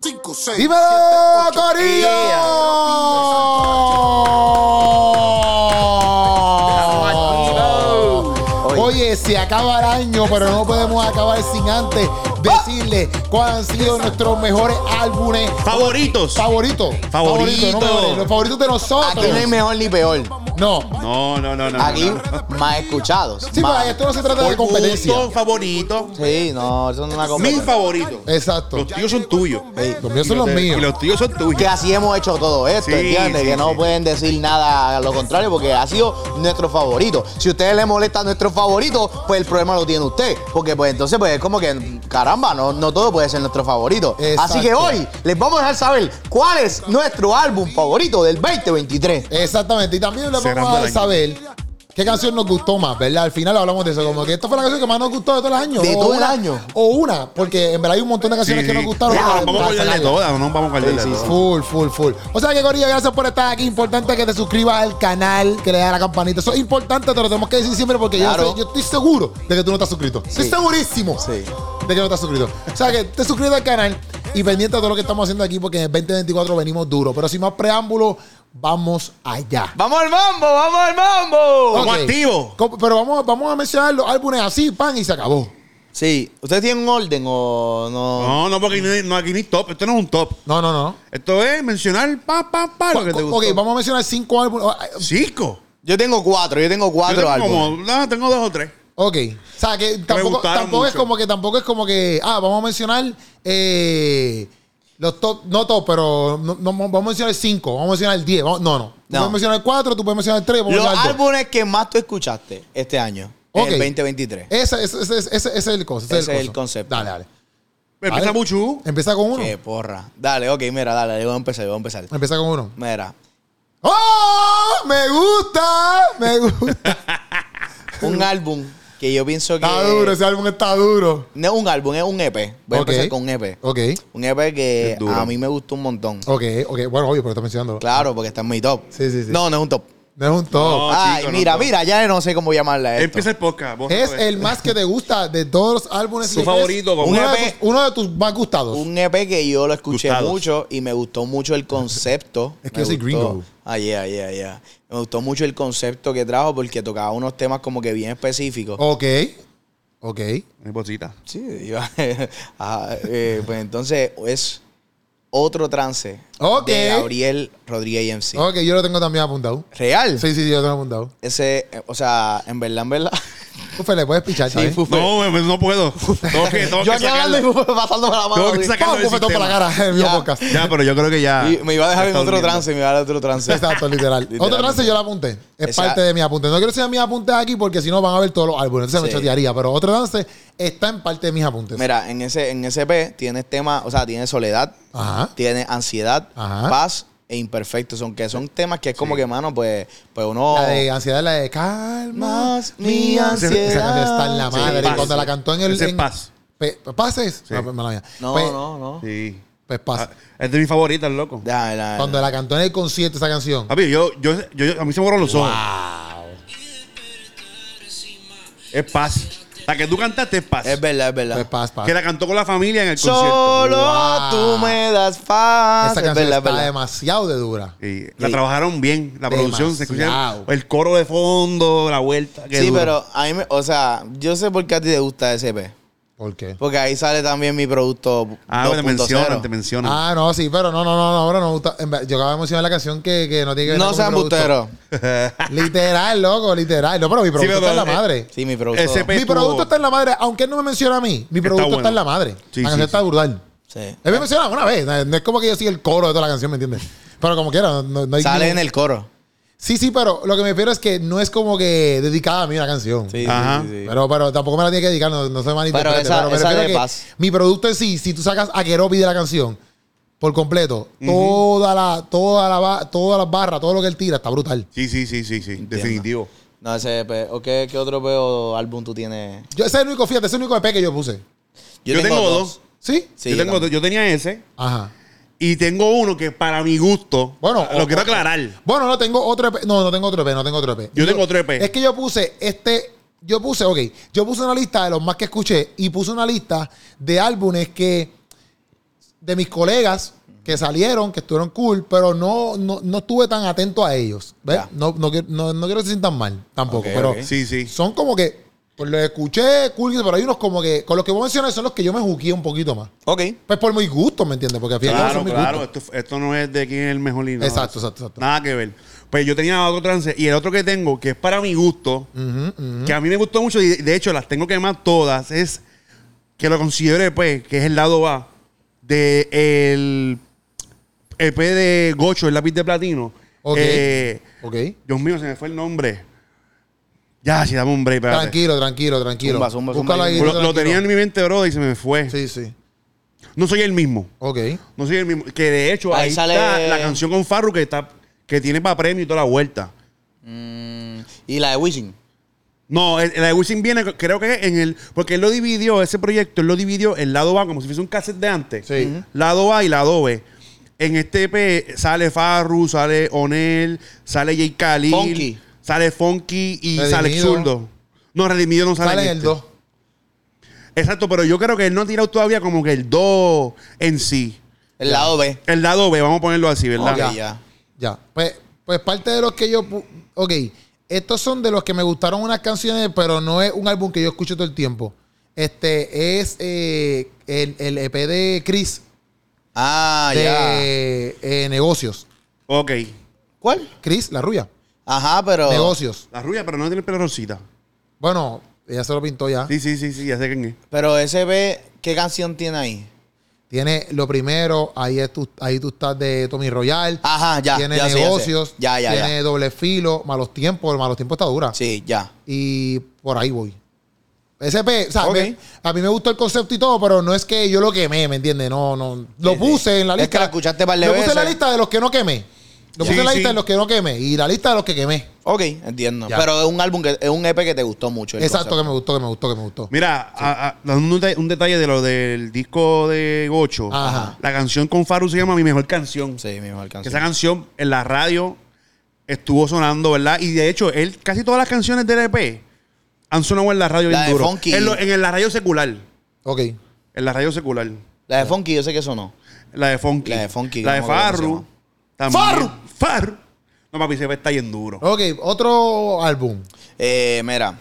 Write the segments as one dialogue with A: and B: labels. A: 5, 6.
B: ¡Dímelo, Corillo! Oye, se acaba el año, pero no podemos acabar sin antes decirles cuáles han sido nuestros mejores álbumes
C: Favoritos.
B: favoritos.
C: Favoritos.
B: no mejores, los favoritos de nosotros.
D: Aquí no hay mejor ni peor.
B: No.
C: No, no, no, no. no,
D: Aquí
C: no.
D: más escuchados.
B: Sí,
D: más-
B: pero esto no se trata de
C: Por
B: competencia.
C: gusto, favorito.
D: Sí, no, eso no es una
C: Mis
D: competencia.
C: favoritos.
B: Exacto.
C: Los tuyos son tuyos.
B: Los míos son los
C: Y de-
B: míos.
C: Y los tuyos son
D: Que
C: tuyos.
D: así hemos hecho todo esto,
C: Sí,
D: ¿entiendes?
C: sí,
D: que no
C: sí.
D: pueden decir nada a lo contrario porque ha sido nuestro favorito. Si a ustedes les molesta nuestro favorito, pues el problema lo tiene usted. Porque pues entonces pues es como que, caramba, no, no todo puede ser nuestro favorito.
B: Exacto.
D: Así que hoy les vamos a dejar saber cuál es nuestro álbum favorito del 2023.
B: Exactamente. Y también le
C: Cerrando
B: vamos a
C: el
B: dar
C: año.
B: saber qué canción nos gustó más, ¿verdad? Al final hablamos de eso, como que esta fue la canción que más nos gustó de todo el año.
D: De
B: o
D: todo el
B: una-
D: año.
B: O una, porque en verdad hay un montón de canciones
C: Sí,
B: que nos
C: sí.
B: gustaron.
C: No,
B: pero
C: nos vamos a
B: para
C: guardar de
B: sacarla.
C: todas, no nos vamos a guardar de todas.
B: Full, full, full. O sea que, Corillo, gracias por estar aquí. Importante que te suscribas al canal, que le das a la campanita. Eso es importante, te lo tenemos que decir siempre porque yo
D: Claro.
B: sé- yo, estoy seguro de que tú no estás suscrito. Estoy
D: Sí.
B: segurísimo
D: Sí.
B: de que no estás suscrito. O sea que te suscribes al canal y pendiente de todo lo que estamos haciendo aquí porque en el 2024 venimos duro. Pero sin más preámbulo, vamos allá.
D: ¡Vamos al mambo! ¡Vamos al mambo!
C: Vamos
B: Ok.
C: activo.
B: Co- Pero vamos, vamos a mencionar los álbumes así, pan, y se acabó.
D: Sí, ¿ustedes tienen un orden o no?
C: No, no, porque no, no, aquí ni top. Esto no es un top.
B: No, no, no.
C: Esto es mencionar pa, pa, pa, lo que
B: Co-
C: te gustó.
B: ok, vamos a mencionar cinco álbumes. Ah, ah,
C: Cinco.
D: Yo tengo cuatro, yo tengo
C: Yo
D: cuatro
C: tengo
D: álbumes.
C: como, no, tengo dos o tres.
B: Ok. O sea, que tampoco,
C: gustaron
B: tampoco es
C: mucho.
B: como que, tampoco es como que, ah, vamos a mencionar eh, los top, no top, pero no, no, vamos a mencionar cinco, vamos a mencionar diez. vamos- no, no. Tú
D: No.
B: puedes mencionar cuatro, tú puedes mencionar tres, vamos a
D: Los
B: mencionar dos.
D: álbumes que más tú escuchaste este año,
B: Ok.
D: el 2023.
B: Ese, ese, ese, ese- ese es el cosa. Ese,
D: Ese es el
B: coso.
D: concepto.
B: Dale, dale.
C: Empieza
B: Dale.
C: Buchu.
B: Empieza con uno.
D: Qué porra. Dale, ok, mira, dale, yo voy a empezar, yo voy a empezar.
B: Empieza con uno.
D: Mira,
B: ¡Oh! ¡Me gusta! Me gusta.
D: un álbum que yo pienso que.
B: está duro, ese álbum está duro.
D: No es un álbum, es un EP. Voy a
B: Ok.
D: empezar con un EP.
B: Ok,
D: Un EP que
C: Es duro.
D: a mí me gustó un montón.
B: ok, ok. Bueno, obvio, pero estás mencionando.
D: Claro, porque está en mi top.
B: Sí, sí, sí.
D: No, no es un top.
B: No es un top.
C: No,
D: Ay,
C: chico, no
D: mira,
C: top.
D: mira, ya no sé cómo llamarla. Esto.
C: Empieza el podcast. vos
B: Es
C: sabés.
B: el más que te gusta de todos los álbumes.
C: Su
B: y EPs.
C: favorito, vamos.
B: Uno,
D: Un
B: de
D: EP.
B: tus, uno de tus más gustados.
D: Un EP que yo lo escuché
C: Gustados.
D: mucho y me gustó mucho el concepto.
B: Es que
D: Me
B: yo soy
D: gustó-
B: gringo.
D: Ah, yeah, yeah, yeah. Me gustó mucho el concepto que trajo porque tocaba unos temas como que bien específicos.
B: Ok, ok.
C: Mi bolsita.
D: Sí, yo- Ajá, eh, pues entonces es otro trance
B: Ok.
D: de Gabriel Rodríguez MC.
B: Ok, yo lo tengo también apuntado.
D: Real.
B: Sí, sí, sí, yo lo tengo apuntado.
D: Ese, eh, o sea, en verdad, en verdad.
B: Ufe, le puedes pichar, ¿sabes?
D: Fufe.
C: No, me- no puedo. Tengo que, tengo
D: yo aquí
C: que
D: hablando y
C: sacarla.
D: Fufe pasándome la mano.
C: Tengo que
D: así.
C: sacar-
B: ¡Pum!
C: del
B: Bofetón para la cara en mi
D: Ya.
B: podcast.
C: Ya, pero yo creo que ya.
D: Y me iba a dejar en
C: está
D: otro
C: durmiendo.
D: trance, me iba a dejar en otro trance.
B: Exacto, literal. Otro
D: Literalmente.
B: trance yo la apunté. Es
D: Esa-
B: parte de mi apunte. No quiero enseñar mis apuntes aquí porque si no van a ver todos los álbumes. Entonces
D: Sí.
B: me chatearía. Pero otro trance está en parte de mis apuntes.
D: Mira, en ese, en ese EP tienes temas, o sea, tienes soledad,
B: Ajá.
D: tienes ansiedad,
B: Ajá.
D: paz e imperfecto. Son que son temas que es como que, mano, pues, pues uno.
B: La de ansiedad, la de calma,
D: Más mi
B: Esa canción
D: ansiedad.
B: está en la
D: Sí,
B: madre.
C: paz.
B: Cuando la cantó en el.
C: Ese es
B: en-
C: paz.
B: Pe- ¿Pases?
C: Sí.
B: No, pues, mala mía.
D: No,
B: Pues-
D: no, no.
C: Sí.
B: Pues
C: Ah,
B: pasa.
C: Es de mis favoritas, loco.
D: Déjame, déjame.
B: Cuando la cantó en el concierto esa canción.
C: Papi, yo, yo, yo, yo- a mí se me borran los ojos. Es paz. La que tú cantaste es paz.
D: Es verdad, es verdad.
B: Pues paz, paz.
C: Que la cantó con la familia en el concierto.
D: Solo
B: Wow.
D: tú me das paz.
B: Esa
D: Es
B: canción
D: verdad, es
B: está
D: verdad.
B: demasiado de dura.
C: Y la
D: Sí.
C: trabajaron bien, la producción. Se escucha
B: Demasiado.
C: el coro de fondo, la vuelta. qué
D: Sí,
C: duro.
D: pero a mí, me- o sea, yo sé por qué a ti te gusta ese EP.
B: ¿Por qué?
D: Porque ahí sale también mi producto.
C: Ah, te
D: 2.0.
C: mencionan, te mencionan.
B: Ah, no, sí, pero no, no, no, no, ahora no me gusta. En verdad, Yo acabo de mencionar la canción que, que no tiene que ver
D: No
B: con
D: sean
B: mi producto.
D: busteros.
B: Literal, loco, literal. No, pero mi producto
C: pero-
B: está en la madre.
D: Sí, mi producto.
C: Ese pe-
B: mi
C: estuvo-
B: producto está en la madre, aunque él no me menciona a mí. Mi
C: Está
B: producto está
C: bueno.
B: en la madre.
C: Sí,
B: la
C: sí,
B: canción está
C: sí.
B: brutal.
D: Sí.
B: Él me menciona una vez. No no es como que yo siga el coro de toda la canción, ¿me entiendes? Pero como quiera, no- no, no hay
D: Sale
B: ningún-
D: en el coro.
B: Sí, sí, pero lo que me refiero es que no es como que dedicada a mí la canción.
D: Sí, sí,
C: Ajá.
D: sí, sí.
B: Pero, pero tampoco me la tiene que dedicar, no, no se malinterprete.
D: Pero esa-
B: me
D: esa
B: refiero
D: de
B: que
D: paz.
B: Mi producto en sí, si tú sacas a Keropi de la canción por completo, toda la, toda la, ba- todas las barras, todo lo que él tira, está brutal.
C: Sí, sí, sí, sí, sí. Definitivo.
D: No, ese EP. ¿O qué, qué otro EP o álbum tú tienes?
B: Yo, ese es el único, fíjate, ese es el único EP que yo puse.
C: Yo, tengo, dos.
B: ¿Sí?
D: Sí,
C: yo,
D: yo
C: tengo, yo tenía ese
B: Ajá.
C: y tengo uno que para mi gusto.
B: Bueno,
C: lo
B: o-
C: quiero
B: o-
C: aclarar.
B: Bueno, no tengo otro EP. No, no tengo otro EP, no tengo otro E EP.
C: Yo tengo otro EP.
B: Es que yo puse este. Yo puse, ok, yo puse una lista de los más que escuché y puse una lista de álbumes que de mis colegas que salieron, que estuvieron cool, pero no, no, no estuve tan atento a ellos. ¿ves?
D: Ya.
B: No, no, quiero- no- no quiero que se sientan mal tampoco,
D: Ok,
B: pero
D: ok.
C: Sí, sí.
B: son como que, pues los escuché cool, pero hay unos como que, con los que vos mencionas son los que yo me juqué un poquito más.
D: Ok.
B: Pues por mi gusto, ¿me entiendes? Porque al final
C: Claro,
B: son mis
C: claro.
B: gustos.
C: Esto, esto no es de quién es el mejor ni nada.
B: Exacto, exacto, exacto.
C: Nada que ver. Pues yo tenía otro trance. Y el otro que tengo, que es para mi gusto, que a mí me gustó mucho, y de hecho las tengo que más todas, es que lo considere, pues, que es el lado A de el EP de Gocho, el lápiz de platino.
B: Ok.
C: Eh,
B: Ok.
C: Dios mío, se me fue el nombre. Ya, si dame un break, espérate.
B: Tranquilo, tranquilo, tranquilo.
D: Zumba, zumba, zumba.
B: Búscalo ahí,
C: Lo, lo
B: tranquilo.
C: tenía en mi mente, bro, y se me fue.
B: Sí, sí.
C: No soy el mismo.
B: Ok.
C: No soy el mismo. Que de hecho,
D: Ahí
C: ahí,
D: sale-
C: está la canción con Farru que está que tiene para premio y toda la vuelta.
D: Y la de Wishing.
C: No, el- la de Wisin viene, creo que en el. Porque él lo dividió, ese proyecto, él lo dividió el lado A, como si fuese un cassette de antes.
B: Sí.
C: Lado A y lado B. En este EP sale Farru, sale Onel, sale Jay Khalil.
D: Funky.
C: Sale Funky y
B: Redimido.
C: sale Exurdo. No, Redimido no sale.
B: Sale en
C: en
B: el
C: este.
B: 2.
C: Exacto, pero yo creo que él no ha tirado todavía como que el 2 en sí.
D: El lado B.
C: El lado B, vamos a ponerlo así, ¿verdad?
D: Ok,
B: Ya.
D: ya.
B: Ya. Pues, pues parte de los que yo. pu- Ok. Estos son de los que me gustaron unas canciones, pero no es un álbum que yo escucho todo el tiempo. Este es eh, el, el EP de Chris
D: Ah, ya.
B: de eh, Negocios.
C: Ok.
D: ¿Cuál?
B: Chris, la rubia.
D: Ajá, pero.
B: Negocios.
C: La rubia, pero no tiene el pelo rosita.
B: Bueno, ella se lo pintó
D: Ah.
B: ya.
C: Sí, sí, sí, sí, ya sé quién es.
D: Pero ese B, ¿qué canción tiene ahí?
B: Tiene lo primero, ahí, es tu- ahí tú estás de Tommy Royal.
D: Ajá, ya.
B: tiene
D: ya sé, ya sé.
B: negocios,
D: Ya, ya,
B: tiene
D: ya.
B: doble filo, malos tiempos, el malos tiempos está dura.
D: Sí, ya.
B: Y por ahí voy. SP, o sea,
D: Ok.
B: me- a mí me gustó el concepto y todo, pero no es que yo lo quemé, ¿me entiendes? No, no. Lo
D: Sí,
B: puse
D: sí.
B: en la
D: Es
B: lista.
D: que la escuchaste par de
B: Lo puse en la
D: veces.
B: lista de los que no quemé. Lo puse
C: Sí,
B: en la
C: sí.
B: lista de los que no quemé. Y la lista de los que quemé.
D: Ok, entiendo.
B: Ya.
D: Pero es un álbum que es un EP que te gustó mucho. el
B: Exacto, que
D: concepto.
B: me gustó, que me gustó, que me gustó.
C: Mira, a- a- dando un detalle, un detalle de lo del disco de Gocho.
B: Ajá.
C: La canción con Faru se llama Mi Mejor Canción.
D: Sí, mi mejor
C: Que
D: canción.
C: esa canción en la radio estuvo sonando, ¿verdad? Y de hecho, él casi todas las canciones del EP han sonado en la radio
D: La
C: bien
D: de
C: duro.
D: Funky.
C: En, lo- en la radio secular. En
B: Ok.
C: la radio secular.
D: La de Funky, yo sé que eso no.
C: La de Funky.
D: La de Funky,
C: La de
D: no me acuerdo
C: Farru.
D: cómo
C: también.
D: ¡Farru!
C: ¡Farru! No, papi, se ve está bien duro.
D: Oh.
B: Ok, otro álbum.
D: Eh, mira,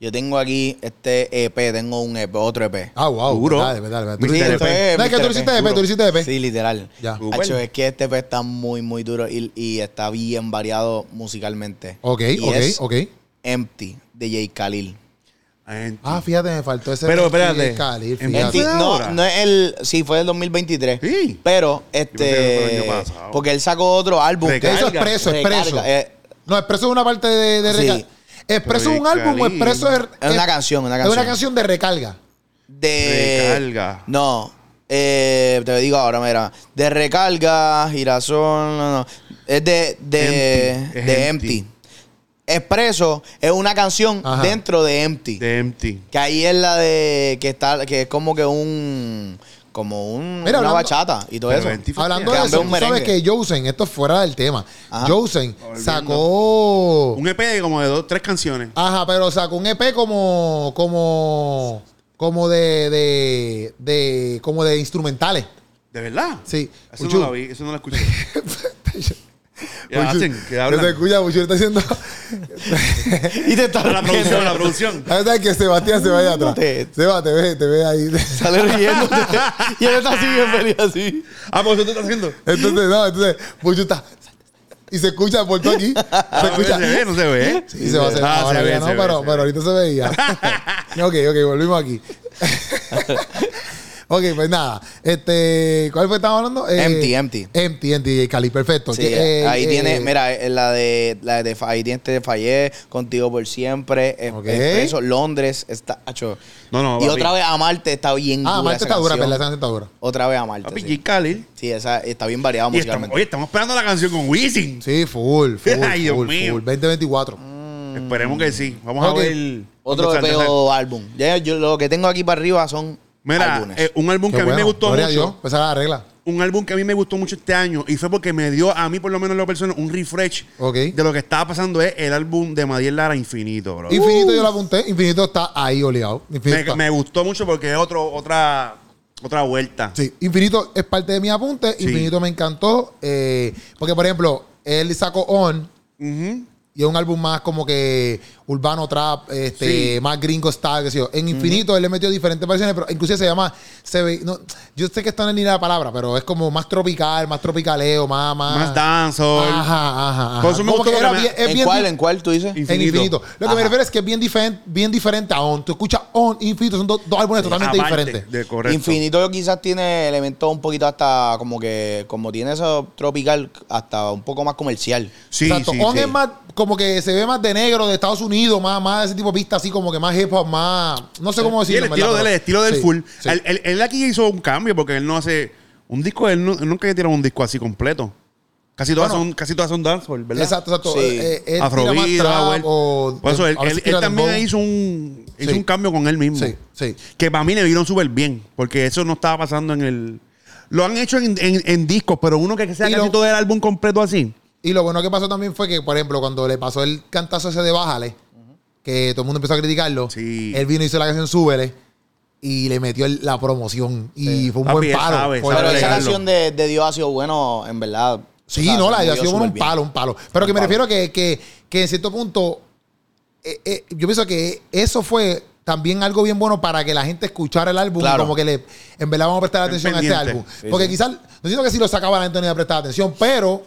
D: yo tengo aquí este EP, tengo un EP, otro E EP.
B: Ah, wow.
C: Duro.
B: Dale, dale, dale. Tú
C: Mr.
B: lo hiciste- E
C: EP.
B: No, es que tú lo hiciste de EP, tú lo hiciste de EP.
D: Sí, literal.
B: Ya.
C: Súper.
D: Hacho, es que este EP está muy, muy duro y, y está bien variado musicalmente.
B: Ok,
D: Y
B: ok,
D: es
B: ok.
D: Empty de Jay Khalil.
C: Ay,
B: Ah, fíjate, me faltó ese.
C: Pero
B: de
C: espérate.
B: DJ Khalil,
C: En
B: fíjate.
D: Empty,
C: fue
D: no,
C: ahora?
D: no es el. Sí, fue el 2023.
C: Sí.
D: Pero,
C: pensé que fue el
D: este.
C: año pasado.
D: Porque él sacó otro álbum. que-
C: Recarga.
B: Eso es preso, es
D: Recarga,
B: preso.
D: eh.
B: no, expreso es una parte de, de
D: Sí.
B: recarga. Expreso es un
C: Pero y
B: álbum o
C: Cali.
B: expreso es.
D: Es una canción, una
B: Es una
D: canción.
B: canción de recarga.
D: De.
C: Recarga.
D: No. eh, te digo ahora, mira. De recarga, girasol. No, no. Es de. de
C: Empty, es
D: de
C: Empty.
D: empty. Expreso es una canción
B: Ajá.
D: dentro de Empty.
C: De Empty.
D: Que ahí es la de. Que está. Que es como que un. Como un.
B: Mira,
D: una
B: hablando-
D: bachata y todo
C: Pero
D: eso.
C: Empty fue-
B: Hablando
D: que
B: de
D: cambia
B: eso,
D: un
B: tú sabes
D: merengue.
B: que Josen, esto es fuera del tema.
D: Ajá.
B: Josen
C: Volviendo.
B: sacó.
C: Un EP de como de dos, tres canciones.
B: Ajá, pero sacó un EP como. como. como de. de. de como de instrumentales.
C: ¿De verdad?
B: Sí.
C: Eso
B: Uchu.
C: no lo vi, eso no lo escuché. ¿Qué hacen? ¿Qué
B: Se
C: hablan?
B: escucha, Buchero está haciendo.
D: Y te está
C: La producción, la producción.
B: La verdad es que Sebastián se va allá atrás.
D: Te-
B: Seba, te ve, te ve ahí.
D: Sale riendo. y él está así bien feliz así.
C: Ah, pues eso tú estás haciendo.
B: Entonces, no, entonces, Puchu está. Y se escucha por todo aquí.
C: Ah,
B: Se escucha.
C: No se ve, no se ve.
B: Y se va a hacer.
C: Ah,
B: ahora
C: se ve,
B: ya no,
C: se ve,
B: pero,
C: se
B: pero
C: ve.
B: ahorita se veía. ok, ok, volvimos aquí. ok, pues nada. Este, ¿Cuál fue que estábamos hablando?
D: Empty, Empty.
B: Empty, empty, DJ Cali, perfecto.
D: Sí,
B: Que, eh,
D: ahí
B: eh,
D: tiene, mira, eh, la de, la de ahí tienes Te Fallé, Contigo por Siempre, eh,
B: Ok.
D: Expreso, Londres, está, acho.
C: No, no,
D: Y
C: papi.
D: otra vez Amarte está bien
B: Ah,
D: dura
B: Marte
D: esa
B: está dura,
D: canción.
B: ¿verdad? Esa está dura.
D: Otra vez Amarte,
C: Papi,
D: sí.
C: G. Khalil.
D: Sí, esa está bien variada
C: Y estamos-
D: musicalmente.
C: oye, estamos esperando la canción con Wisin.
B: Sí, full, full,
C: Ay, Dios
B: full,
C: mío. Mm,
B: full. 2024.
C: Esperemos que sí. Vamos
B: Mm. Ok.
C: a ver.
D: Otro
C: cuando
D: EP
C: salga.
D: o álbum. Ya, yo lo que tengo aquí para arriba son
C: Mira,
D: álbumes.
C: eh, un álbum
B: Qué
C: que a mí
B: bueno,
C: me gustó
B: gloria a Dios,
C: mucho.
B: pues esa es la regla.
C: Un álbum que a mí me gustó mucho este año y fue porque me dio a mí, por lo menos en lo personal, un refresh
B: Ok.
C: de lo que estaba pasando es el álbum de Madiel Lara Infinito, bro.
B: Infinito yo lo apunté. Infinito está ahí oleado. Infinito
C: me,
B: está-
C: me gustó mucho porque es otro, otra, otra vuelta.
B: Sí, Infinito es parte de mi apunte.
C: Sí.
B: Infinito me encantó. eh, porque, por ejemplo, él sacó On
C: Ujú.
B: y es un álbum más como que urbano trap, este,
C: Sí.
B: más gringo style, qué sé yo. En Infinito él le metió diferentes versiones, pero inclusive se llama. Se ve, no, yo sé que esta no es ni la palabra, pero es como más tropical, más tropicaleo, más. Más,
C: Más danzo.
B: Ah. Ajá, ajá. ajá.
C: Por eso me
B: Como
C: gustó
B: que
C: que
B: era
C: me-
B: bien- es
D: ¿En
B: bien
D: cuál?
B: di-
D: ¿En cuál tú dices?
C: Infinito.
B: en infinito. Lo que
D: Ajá.
B: me refiero es que es bien diferente, bien diferente a On. Tú escuchas On y Infinito, son dos, dos álbumes totalmente
C: Aparte
B: diferentes.
C: De correcto.
D: Infinito quizás tiene elementos un poquito hasta como que, como tiene eso tropical, hasta un poco más comercial.
C: Sí,
B: Exacto.
C: sí,
B: On
C: sí.
B: es más, como que se ve más de negro, de Estados Unidos, más, más ese tipo de pistas, así como que más hip hop, más. No sé cómo
C: Y el
B: decirlo. en
C: estilo
B: verdad,
C: del, el estilo del
B: pero-
C: full.
B: Sí, sí.
C: Él, él- él aquí hizo un cambio porque él no hace. Un disco, él, nu- nunca había tirado un disco así completo. Casi todas,
B: Bueno.
C: son, casi todas son dancehall, ¿verdad?
B: Exacto, exacto.
D: Sí.
B: Eh, eh, él tira más
C: Afrobeat,
B: trap
C: Raúl.
B: o-
C: Por eso, él,
B: a veces
C: él-
B: tira
C: él también
B: dembow.
C: hizo un, hizo
B: Sí.
C: un cambio con él mismo.
B: Sí, sí.
C: Que para mí le vieron súper bien, porque eso no estaba pasando en el... Lo han hecho en, en- en discos, pero uno que sea
B: Y
C: casi
B: lo-
C: todo el álbum completo así.
B: Y lo bueno que pasó también fue que, por ejemplo, cuando le pasó el cantazo ese de Bájale, que todo el mundo empezó a criticarlo,
C: Sí.
B: él vino y hizo la canción Súbele y le metió el- la promoción. Y fue un
C: Papi,
B: buen
C: él
B: paro.
C: sabe,
B: Fue-
C: sabe
D: Pero esa
C: agregarlo.
D: canción de, de Dios ha sido bueno, en verdad.
B: Sí,
D: O sea,
B: no,
D: se
B: la
D: movió
B: idea ha sido
D: súper
B: un
D: bien.
B: palo, un palo. Pero que me
D: palo.
B: refiero que, que, que en cierto punto, eh, eh, yo pienso que eso fue también algo bien bueno para que la gente escuchara el álbum y
D: Claro.
B: como que le, en verdad vamos a prestar
C: Estén
B: atención a este
C: pendientes.
B: álbum.
D: Sí,
B: Porque
D: sí.
B: quizás, no siento que si lo sacaba la gente no iba a prestar atención, pero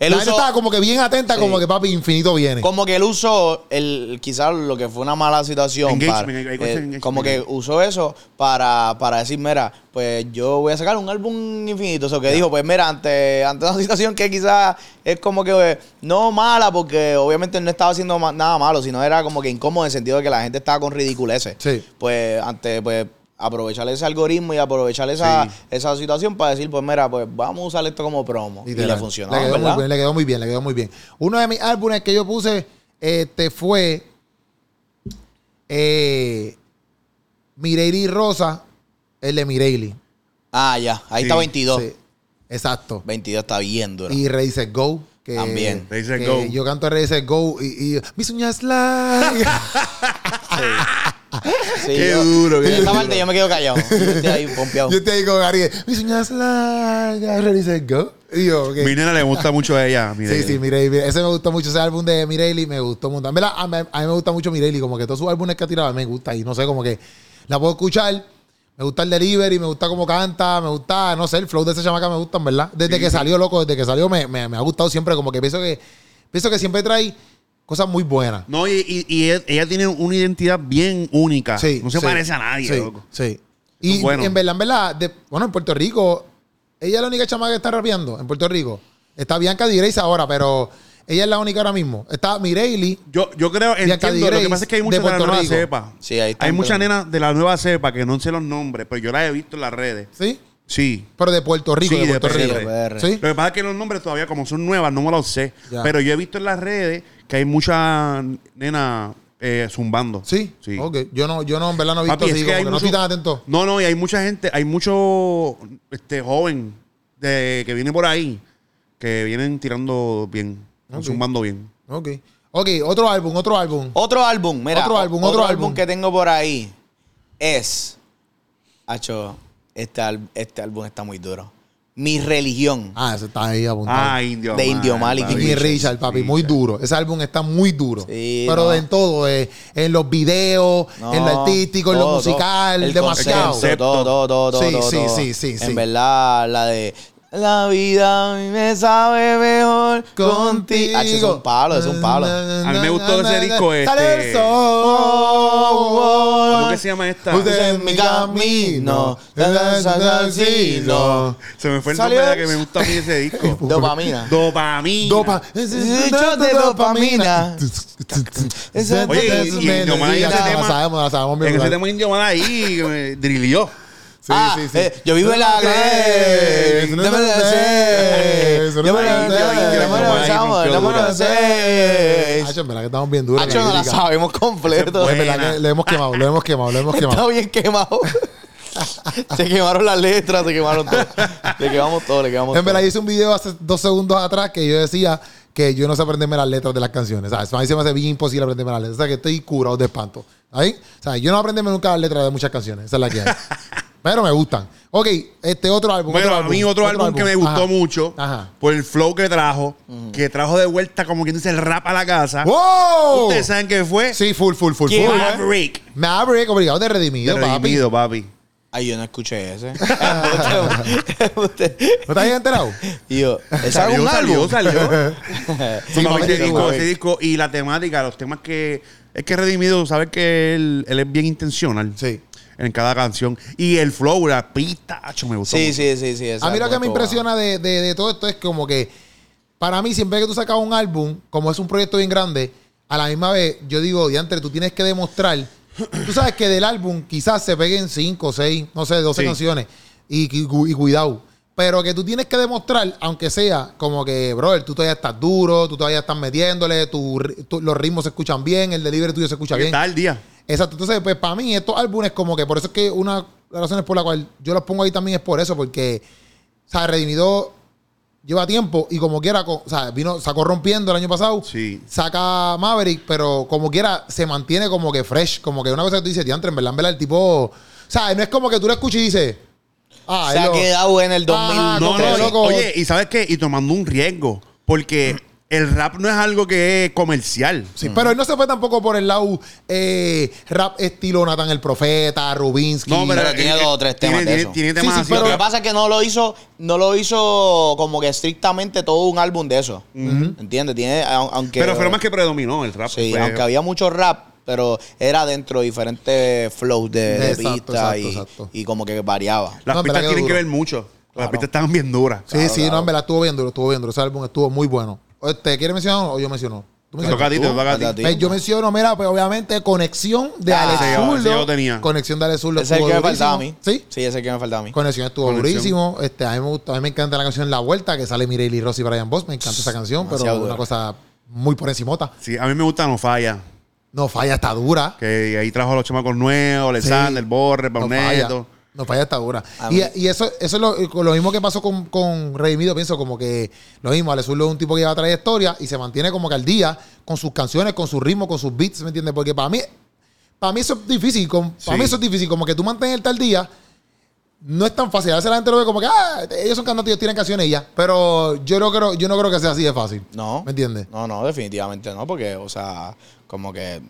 D: Él
B: la
D: usó-
B: gente estaba como que bien atenta,
D: Sí.
B: como que papi, infinito viene.
D: Como que él usó el, quizás lo que fue una mala situación.
C: Engagement,
D: para-
C: hay- hay
D: eh,
C: cosas de engagement.
D: como que usó eso para, para decir, mira, pues yo voy a sacar un álbum infinito. Eso que dijo, pues mira, ante, ante una situación que quizás es como que eh, no mala, porque obviamente no estaba haciendo ma- nada malo, sino era como que incómodo en el sentido de que la gente estaba con ridiculeces.
B: Sí.
D: Pues ante, pues aprovechar ese algoritmo y aprovechar esa,
C: Sí.
D: esa situación para decir, pues mira, pues vamos a usar esto como promo. Y, le
B: Literal.
D: funcionó,
B: Le quedó,
D: ¿verdad?
B: muy bien, le quedó muy bien, le quedó muy bien. Uno de mis álbumes que yo puse este, fue eh, Mireili Rosa, el de Mireili.
D: Ah, ya. Ahí
C: Sí,
D: está 22.
B: Sí, exacto.
D: 22 está bien duro.
B: Y Ready Set Go. Que,
D: También.
C: Ready, Set,
B: que
C: Go.
B: Yo canto Ready Set Go y, y mis uñas largas.
D: Sí,
C: Qué duro, qué
D: en esa
C: duro.
D: parte yo me quedo callado. Yo estoy ahí pompeado.
B: yo te digo, Gary, mis uñas largas, Ready Set Go. Y yo, ok.
C: Mi nena le gusta mucho a ella. mi
B: Sí,
C: nena.
B: sí, Mireille, Mireille. Ese me gustó mucho, ese álbum de Mireille me gustó mucho. A mí, la- a mí- a mí me gusta mucho Mireille, como que todos sus álbumes que ha tirado me gusta y no sé, como que la puedo escuchar. Me gusta el delivery, me gusta cómo canta, me gusta, no sé, el flow de esa chamaca me gusta, en verdad. Desde que salió, loco, desde que salió me, me- me ha gustado siempre, como que pienso que pienso que siempre trae cosas muy buenas.
C: No, y, y- y él- ella tiene una identidad bien única.
B: Sí,
C: Ah, no se
B: sí,
C: parece a nadie,
B: sí,
C: loco.
B: Sí. Y
C: Bueno.
B: en verdad, en verdad, de- bueno, en Puerto Rico, ella es la única chamaca que está rapeando en Puerto Rico. Está Bianca Direis ahora, pero ella es la única ahora mismo. Está Mireille,
C: Yo, yo creo, entiendo, lo que
B: Grace,
C: pasa es que hay
B: de
C: muchas de, la
B: Puerto
C: nueva
B: Rico.
C: cepa.
D: Sí, ahí está
C: hay
D: en
C: muchas
D: todo.
C: nenas de la nueva cepa que no sé los nombres, pero yo las he visto en las redes.
B: ¿sí?
C: Sí.
B: Pero de Puerto Rico,
C: Sí,
B: de
C: de
B: Puerto
C: PR.
B: Rico.
C: Sí, de
D: PR.
B: ¿Sí?
C: Lo que pasa es que los nombres todavía, como son nuevas, no me los sé.
B: Ya.
C: Pero yo he visto en las redes que hay muchas nenas eh, zumbando.
B: Sí.
C: Sí.
B: Ok. Yo no, yo no, en verdad no he visto
C: Papi, es
B: así,
C: que
B: como que
C: hay
B: no
C: mucho-
B: estoy tan atento.
C: No, no, y hay mucha gente, hay mucho este, joven de, que viene por ahí que vienen tirando bien,
B: Ah,
C: zumbando bien.
B: Ok. Ok, otro álbum, otro álbum.
D: Otro álbum, mira.
B: Otro
D: o-
B: álbum, otro álbum.
D: que tengo por ahí es. Hacho, este, al- este álbum está muy duro. Mi religión.
B: Ah, ese está ahí apuntado.
C: Ah, Indio.
D: De Indio Mal y
C: papi.
B: Jimmy
D: Richards,
B: Richard, papi, muy duro. Ese álbum está muy duro.
D: Sí,
B: pero
D: no.
B: en todo, eh, en los videos,
D: No,
B: en lo artístico, en lo
D: todo,
B: musical,
D: todo. El
B: demasiado.
D: concepto, Todo, todo, todo, todo.
B: Sí,
D: todo,
B: sí,
D: todo.
B: sí, sí, sí.
D: En verdad, la de. La vida a mí me sabe mejor contigo. Hacho, es un palo, es un palo.
C: A mí me gustó ese disco,
B: Sale
C: este.
B: el sol.
C: ¿Cómo que se llama esta?
B: Usted en mi camino. te lanzas al cielo.
C: Se me fue el
D: Salió-
C: nombre de la que me gusta a mí ese disco.
D: Dopamina.
C: Dopamina.
B: Dopa.
D: shot de dopamina.
C: Oye, y- y Indio Man ahí
B: Ya
C: hace
B: sabemos,
C: tema-
B: sabemos, la sabemos bien,
C: En ese
B: ¿verdad?
C: tema Indio Mal ahí que me drilló.
B: Sí,
D: Ah,
B: sí, sí.
D: eh, yo vivo en la Grey. No me lo sé. Yo me lo sé. No me lo sabemos, no me lo sé.
B: Hacho, en verdad que estamos bien duros.
D: Hacho, no la
B: lírica.
D: sabemos completo.
B: En verdad que lo hemos quemado, lo hemos quemado, lo hemos
D: Está
B: quemado.
D: bien quemado. se quemaron las letras, se quemaron todo. Le quemamos todo, le quemamos
B: En
D: todo.
B: verdad, hice un video hace dos segundos atrás que yo decía que yo no sé aprenderme las letras de las canciones. ¿sabes? A mí se me hace bien imposible aprenderme las letras. O sea, que estoy curado de espanto. ¿Ahí? O sea, yo no aprenderme nunca las letras de muchas canciones. Esa es la que hay. Pero me gustan. Ok, este otro álbum.
C: Bueno, a mí otro, álbum, que me gustó
B: Ajá.
C: mucho
B: Ajá.
C: por el flow que trajo, que trajo de vuelta como quien dice el rap a la casa.
B: ¡Wow!
C: Ustedes saben que fue
B: Sí, full, full, full.
D: ¿Quién?
B: full. eh.
C: Maverick.
B: Maverick, obligado de redimido,
C: De Redimido, papi.
D: Ay, yo no escuché ese.
B: papi. ¿No te habías enterado?
D: y yo, ¿es
C: Salió,
D: algún
C: salió,
D: álbum?
C: salió.
B: Sí,
C: Papi,
B: papi,
C: ese
B: sí,
C: disco,
B: güey.
C: ese disco y la temática, los temas que... Es que Redimido, sabes que él, él es bien intencional
B: Sí.
C: en cada canción. Y el flow, la pista, acho, me gustó
D: Sí,
C: mucho.
D: sí, sí, sí. ese
B: A mí lo
D: álbum
B: que me
D: estuvo
B: impresiona de, de- de todo esto es como que, para mí, siempre que tú sacas un álbum, como es un proyecto bien grande, a la misma vez, yo digo, diantre, tú tienes que demostrar. Tú sabes que del álbum quizás se peguen 5, 6, no sé, 12
C: Sí.
B: canciones. Y, y cu- y cuidado. Pero que tú tienes que demostrar, aunque sea como que, brother, tú todavía estás duro, tú todavía estás metiéndole, tu ri- tu- los ritmos se escuchan bien, el delivery tuyo se escucha
C: Que
B: bien.
C: está al día.
B: Exacto. Entonces, pues para mí, estos álbumes, como que por eso es que una de las razones por la cual yo los pongo ahí también es por eso, porque, o sea, Redimido lleva tiempo y como quiera, co- o sea, vino, sacó rompiendo el año pasado,
C: Sí.
B: saca Maverick, pero como quiera, se mantiene como que fresh, como que una cosa que tú dices, diantre, en verdad, en verdad, el tipo, o sea, no es como que tú lo escuches y dices, ah,
D: Se
B: él
D: ha
B: lo-
D: quedado en el
B: Ah,
C: No,
D: 2013.
C: no,
B: Pero,
C: y-
B: loco.
C: oye, y sabes qué? Y tomando un riesgo, porque el rap no es algo que es comercial.
B: Sí, pero él no se fue tampoco por el lado eh, rap estilo Nathan el Profeta, Rubinsky.
C: No,
D: Pero tiene
C: eh,
D: dos o tres
C: tiene-
D: temas de
C: tiene-
D: eso.
C: Tiene
B: Sí,
C: temas
B: sí,
C: así,
B: pero-
D: Lo que pasa es que no lo hizo, no lo hizo como que estrictamente todo un álbum de eso. ¿Entiendes? Tiene, a- aunque.
C: pero fue lo más que predominó el
B: Ah, pues
C: rap.
D: Sí,
C: fue-
D: aunque había mucho rap, pero era dentro de diferentes flows de, de
B: Exacto, exacto,
D: pista y,
B: exacto.
D: y como que variaba.
C: Las
B: No, en verdad
C: pistas
B: que
C: tienen que
B: duro.
C: ver mucho. Las
D: Claro.
C: pistas estaban bien duras.
B: Sí, sí, no, en verdad estuvo viendo, lo estuvo viendo. Ese álbum estuvo muy bueno. Este, ¿Quieres mencionar uno o yo menciono? ¿Tú
C: Te toca
B: mencionas?
C: a ti, te toca
D: pues,
C: a
D: Tú,
C: ti.
D: a ti.
B: Eh, yo menciono, mira, pues obviamente conexión de
D: Ah,
B: Alex
D: ese
C: yo-
B: Zurdo.
C: ese yo tenía.
B: Conexión de Alex Zurdo.
D: Ese es el
B: estuvo
D: que me faltaba a mí.
B: durísimo. Sí.
D: Sí, ese es el que me faltaba a mí.
B: Conexión estuvo
C: Conexión.
B: durísimo. Este, a mí me gusta, a mí me encanta la canción La Vuelta, que sale Mirelli Rossi y Brian Boss. Me encanta esa canción, pero
D: Demasiado
B: una
D: dura.
B: cosa muy por encimota.
C: Sí, a mí me gusta No Falla.
B: No falla, está dura.
C: Que ahí trajo a los chamacos nuevos, Alexander, Borre,
B: No falla.
C: Pauneto.
B: No falla hasta ahora.
D: A
B: Y,
D: ver.
B: y eso, eso es lo, lo mismo que pasó con, con Redimido, pienso como que lo mismo, Ale Zurdo es un tipo que lleva trayectoria y se mantiene como que al día con sus canciones, con su ritmo, con sus beats, ¿me entiendes? Porque para mí, para mí eso es difícil, con- para
C: Sí.
B: mí eso es difícil, como que tú mantenerte al día, no es tan fácil. A veces la gente lo ve como que, ah, ellos son cantantes, ellos tienen canciones y ya. Pero yo no creo, yo no creo que sea así de fácil.
D: No.
B: ¿Me entiendes?
C: Este.
D: No, no, definitivamente no, porque, o sea, como que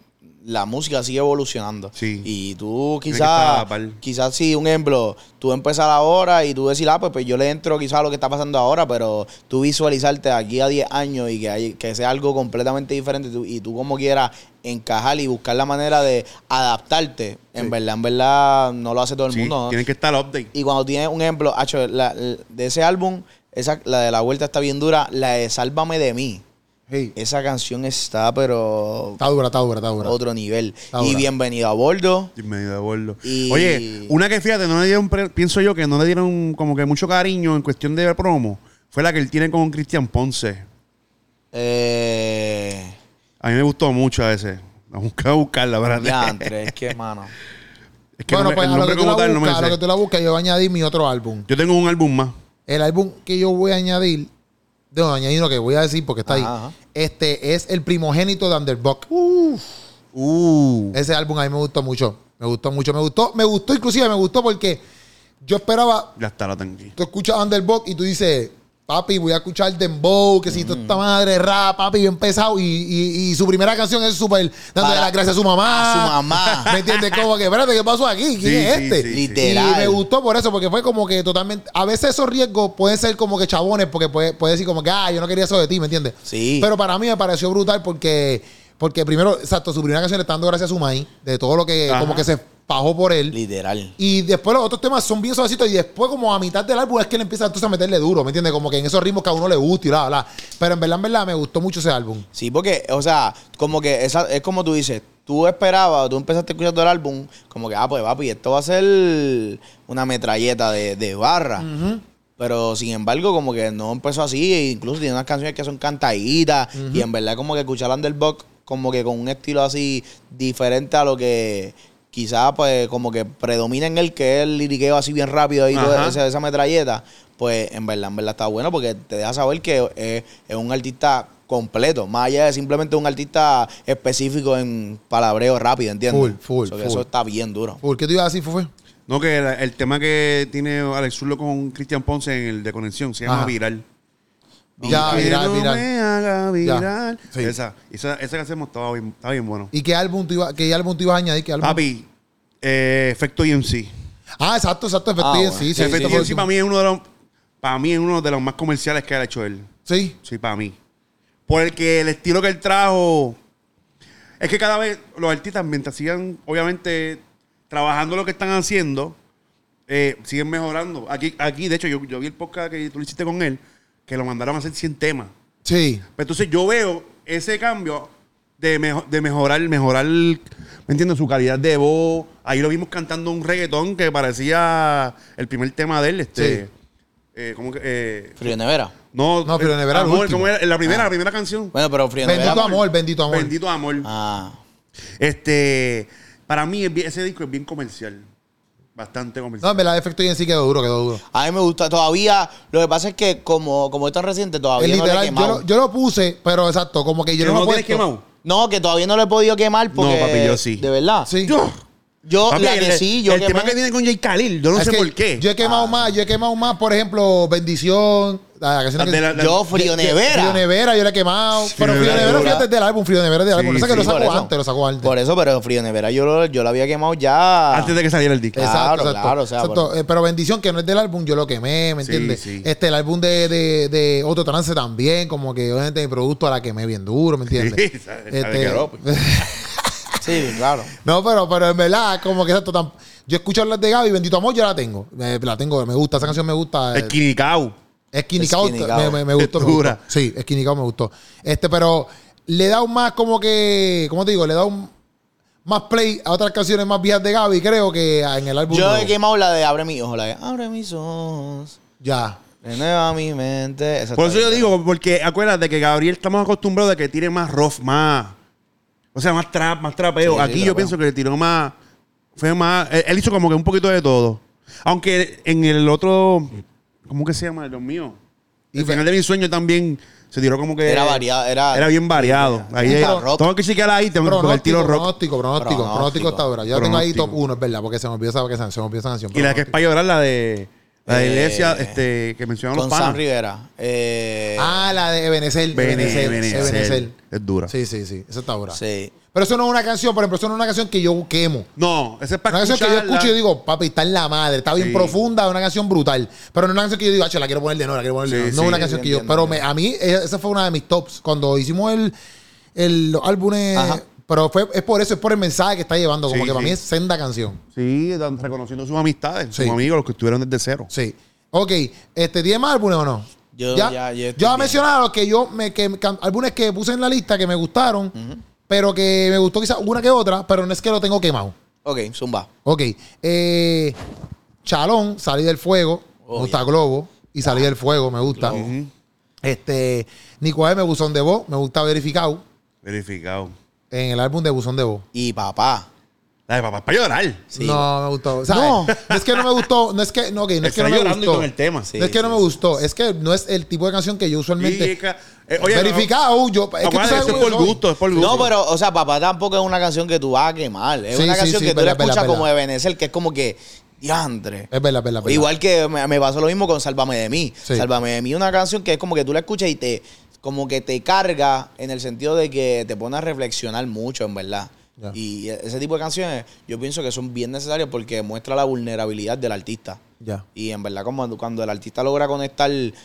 D: la música sigue evolucionando.
C: Sí.
D: Y tú
C: que estar a la
D: quizás,
C: par.
D: quizás sí, un ejemplo, tú empezar ahora y tú decir, ah, pues, pues yo le entro quizás a lo que está pasando ahora, pero tú visualizarte de aquí a 10 años y que, hay- que sea algo completamente diferente tú- y tú como quieras encajar y buscar la manera de adaptarte, en verdad, en verdad no lo hace todo el
C: Sí,
D: mundo. ¿no?
C: tienen que estar al update.
D: Y cuando tienes un ejemplo, hacho, la- la- de ese álbum, esa, la de La Vuelta está bien dura, la de Sálvame de mí.
B: Sí.
D: Esa canción está, pero
B: Está dura, está dura, está dura.
D: otro nivel.
B: Está
D: y
B: dura.
D: bienvenido a bordo.
C: Bienvenido de bordo.
D: Y-
C: Oye, una que fíjate, no le dieron, pre- pienso yo que no le dieron como que mucho cariño en cuestión de promo, fue la que él tiene con Cristian Ponce.
D: Eh,
C: A mí me gustó mucho a ese. Vamos a buscarla, ¿verdad?
D: diantre, es que, mano.
C: Es que
B: bueno,
C: no me-
B: pues a
C: el
B: lo
C: nombre
B: que tú
C: como
B: la
C: tal no me
B: buscas,
C: lo
B: a lo
C: sé.
B: que tú la buscas, yo voy a añadir mi otro álbum.
C: Yo tengo un álbum más.
B: El álbum que yo voy a añadir, debo añadir lo que voy a decir porque está
D: Ajá,
B: ahí.
D: ajá.
B: Este es el primogénito de Underdog.
C: Uh.
B: Ese álbum a mí me gustó mucho. Me gustó mucho, me gustó, me gustó inclusive, me gustó porque yo esperaba,
C: Ya está, la tengo aquí.
B: tú escuchas Underdog y tú dices, papi, voy a escuchar Dembow, que si toda esta madre rap, papi, bien pesado. Y, y- y su primera canción es súper dándole
D: Para-
B: las gracias a su mamá.
D: a su mamá.
B: Ah. ¿Me entiendes? Como que, espérate, ¿qué pasó aquí? ¿Quién
C: Sí,
B: es
C: sí,
B: este?
C: sí, sí.
D: Literal.
B: Y me gustó por eso, porque fue como que totalmente. A veces esos riesgos pueden ser como que chabones, porque puede, puede decir como que, ah, yo no quería eso de ti, ¿me entiendes?
D: Sí.
B: Pero para mí me pareció brutal porque, porque primero, exacto, su primera canción le está dando gracias a su maíz, de todo lo que
C: Ajá.
B: como que se pajó por él.
D: Literal.
B: Y después los otros temas son bien suavecitos y después como a mitad del álbum es que él empieza entonces a meterle duro, ¿me entiendes? Como que en esos ritmos que a uno le gusta y la, la. Pero en verdad, en verdad, me gustó mucho ese álbum.
D: Sí, porque, o sea, como que esa, es como tú dices, tú esperabas, tú empezaste escuchando el álbum, como que, ah, pues papi, esto va a ser una metralleta de, de barra. Pero sin embargo, como que no empezó así, e incluso tiene unas canciones que son cantaditas, y en verdad, como que escuchar Underbox, como que con un estilo así diferente a lo que quizás, pues, como que predomina en él, que es el liriqueo así bien rápido y todo
C: Ajá.
D: ese- esa metralleta, pues en verdad, en verdad está bueno porque te deja saber que eh, es un artista completo, más allá de simplemente un artista específico en palabreo rápido, ¿entiendes?
B: Full, full,
D: So que
B: full.
D: Eso está bien duro.
B: ¿Por qué tú ibas a decir, Fufe?
C: No, que la- el tema que tiene Alex Zurlo con Cristian Ponce en el de Conexión se llama
B: Ajá.
C: Viral.
B: Ya,
C: Aunque
B: viral,
C: no
B: viral.
C: me haga viral.
B: Sí.
C: Esa, esa, esa que hacemos estaba bien, estaba bien bueno.
B: ¿Y qué álbum tú ibas, qué álbum tú ibas a añadir? ¿Qué álbum?
C: Papi, eh, Efecto EMC.
B: Ah, exacto, exacto. Efecto
D: Ah,
B: y en
D: bueno.
B: sí, sí,
C: Efecto
B: sí,
C: EMC
B: sí.
C: para mí es uno de los para mí es uno de los más comerciales que ha hecho él.
B: Sí.
C: Sí, para mí. Porque el estilo que él trajo. Es que cada vez los artistas, mientras sigan, obviamente, trabajando lo que están haciendo, eh, siguen mejorando. Aquí, aquí de hecho, yo, yo vi el podcast que tú lo hiciste con él, que lo mandaron a hacer 100 temas.
B: Sí.
C: Pero entonces yo veo ese cambio de, mejo- de mejorar, mejorar, ¿me entiendes? Su calidad de voz. Ahí lo vimos cantando un reggaetón que parecía el primer tema de él, este.
B: Sí.
C: eh, ¿cómo que? eh,
D: Frío de nevera.
C: no,
B: No, pero
C: eh,
B: Nevera el
C: Amor,
B: último.
C: ¿cómo era? La primera, la primera canción.
D: Bueno, pero frío de nevera.
B: Bendito amor, bendito amor.
C: Bendito amor.
D: Ah.
C: Este, para mí es bien- ese disco es bien comercial. Bastante
B: No,
C: comercial.
B: en verdad, efecto y en sí quedó duro, quedó duro.
D: A mí me gusta todavía. Lo que pasa es que como, como es tan reciente, todavía
B: Es
D: Ah, no le he
B: literal, yo,
D: quemado.
B: lo, yo lo puse, pero exacto, como que yo
C: ¿Que
B: no,
C: no
B: lo he
C: tienes
B: puesto.
C: quemado?
D: No, que todavía no lo he podido quemar porque...
C: papi, yo sí.
D: ¿De verdad?
B: Sí.
C: Yo,
D: Yo,
C: papi,
D: la
C: el,
D: que sí, yo
C: el tema
D: quemé.
C: que tiene con Jay Khalil, yo no
B: Es
C: sé
B: que
C: por qué.
B: Yo he
D: Ah.
B: quemado más, yo he quemado más, por ejemplo, Bendición. La canción
C: La
B: que-
C: de la- la-
D: Yo frío
B: Yo- Frío
D: nevera.
B: Nevera, yo la he quemado. pero Frío
C: Nevera
B: Nevera
D: dura.
B: fíjate del álbum, Frío Nevera del álbum.
C: Sí,
B: O sea que lo
C: sí,
B: sacó
D: por eso.
B: antes, lo sacó antes.
D: Por eso, pero frío de nevera yo, lo- yo lo había quemado ya.
C: Antes de que saliera el disco.
D: Eh,
B: Exacto,
D: Claro,
B: exacto.
D: claro, o sea,
B: Exacto.
D: por-
B: Eh, pero bendición que no es del álbum, yo lo quemé, ¿me
C: Sí,
B: entiendes?
C: sí.
B: Este, el álbum de, de, de Otro Trance también, como que obviamente mi producto a la quemé bien duro, ¿me entiendes?
C: Sí, sabe- sabe
B: Este,
C: que pues. no,
D: Sí, claro.
B: no, pero, pero en verdad, como que exacto. tam- Yo escucho hablar de Gaby, bendito amor, yo la tengo. Me- la tengo, me gusta, esa canción me gusta. eh,
C: El Kinikau.
B: Skinny Cow
D: Skinny Cow.
B: me, me- me gustó, me
C: Dura.
B: gustó. Sí, Skinny Cow me gustó. Este, pero le da un más como que, ¿cómo te digo? Le da un más play a otras canciones más viejas de Gaby, creo que en el álbum.
D: Yo
B: nuevo.
D: he quemado la de abre mis ojos, la de abre mis ojos,
B: Ya.
D: renueva mi mente. Esa
C: Por
D: está
C: eso yo
D: bien.
C: digo, porque acuérdate que Gabriel estamos acostumbrados a que tire más rough, más. O sea, más trap, más trapeo.
D: Sí, sí,
C: Aquí yo
D: trapeo.
C: pienso que le tiró más. Fue más. Él, él hizo como que un poquito de todo. Aunque en el otro. ¿Cómo que se llama? Los míos.
B: Y
C: el
B: fe-
C: final de mi sueño también se tiró como que.
D: Era variado, era-
C: bien variado. Ahí
D: Era
C: es-
D: rock.
C: Tengo que chequear ahí. Tengo que coger el tiro
B: Pronóstico, pronóstico,
C: rock.
B: pronóstico,
D: Pronóstico.
B: pronóstico está ahora. Yo la tengo ahí top
C: Pronóstico.
B: 1, es verdad, porque se me olvidó esa, que se, se me olvidó esa canción.
C: Y la que es para llorar, la de. La de
D: Eh,
C: iglesia este, que mencionaron
D: Con
C: los panas.
D: Sam Rivera. Eh,
B: Ah, la de Ebenezer.
C: Bene-
B: Ebenezer,
C: Ebenezer.
B: Ebenezer.
C: Es dura.
B: Sí, sí, sí. Esa está ahora.
D: sí.
B: Pero eso no es una canción, por ejemplo, eso no es una canción que yo quemo.
C: No, esa es para
B: Una canción que yo
C: escucharla.
B: escucho y yo digo, papi, está en la madre, está bien
C: Sí.
B: profunda, es una canción brutal. Pero no es una canción que yo digo, "Acho, la quiero poner de nuevo, la quiero poner de
C: Sí,
B: nuevo". No es
C: sí.
B: una canción
D: Sí,
B: que yo.
D: entiendo,
B: Pero me- a mí, eh, esa fue una de mis tops. Cuando hicimos el, el- los álbumes.
D: Ajá.
B: Pero fue, es por eso, es por el mensaje que está llevando. Como
C: Sí,
B: que para
C: sí.
B: mí es senda canción.
C: Sí, dan- reconociendo sus amistades,
B: Sí.
C: sus amigos, los que estuvieron desde cero.
B: Sí. Ok, este, ¿tiene más álbumes o no?
D: Yo ya- yo estoy
B: yo voy a
D: bien.
B: mencionar los que yo me, que, can- álbumes que puse en la lista que me gustaron, pero que me gustó quizás una que otra, pero no es que lo tengo quemado.
D: Ok, Zumba.
B: Ok. eh, Chalón, Salí del Fuego.
D: Oh,
B: me gusta Globo. Y Salí del Fuego, me gusta.
C: Ujú.
B: Este, Nico M, Buzón de Voz. Me gusta Verificado.
C: Verificado.
B: En el álbum de Buzón de Voz.
D: Y papá.
C: La de papá es para llorar.
D: Sí.
B: No, me gustó. ¿sabes?
D: No.
B: No. es que no me gustó. No es que no, ok, no es que
C: Está
B: no me
C: llorando y
B: gustó.
C: con el tema.
D: Sí.
B: no es que no me gustó. Es que no es el tipo de canción que yo
C: Y,
B: usualmente.
C: ca- eh, oye,
B: verificado, yo. Es que tú
C: acuérdate,
B: sabes
C: eso
B: cómo
C: es por
B: yo soy.
C: gusto, es por gusto.
D: No, pero, o sea, papá tampoco es una canción que tú vas a quemar. Es
B: Sí,
D: una
B: sí,
D: canción
B: sí,
D: que tú
B: verdad,
D: la escuchas
B: verdad,
D: como
B: verdad.
D: Ebenezer, que es como que. Diantre.
B: Es verdad, es verdad. es verdad.
D: Igual que me, me pasó lo mismo con Sálvame de mí.
B: Sí.
D: Sálvame de mí, una canción que es como que tú la escuchas y te como que te carga en el sentido de que te pone a reflexionar mucho, en verdad.
B: Ya.
D: Y e, ese tipo de canciones yo pienso que son bien necesarias porque muestra la vulnerabilidad del artista.
B: Ya.
D: Y en verdad como cuando el artista logra conectar de,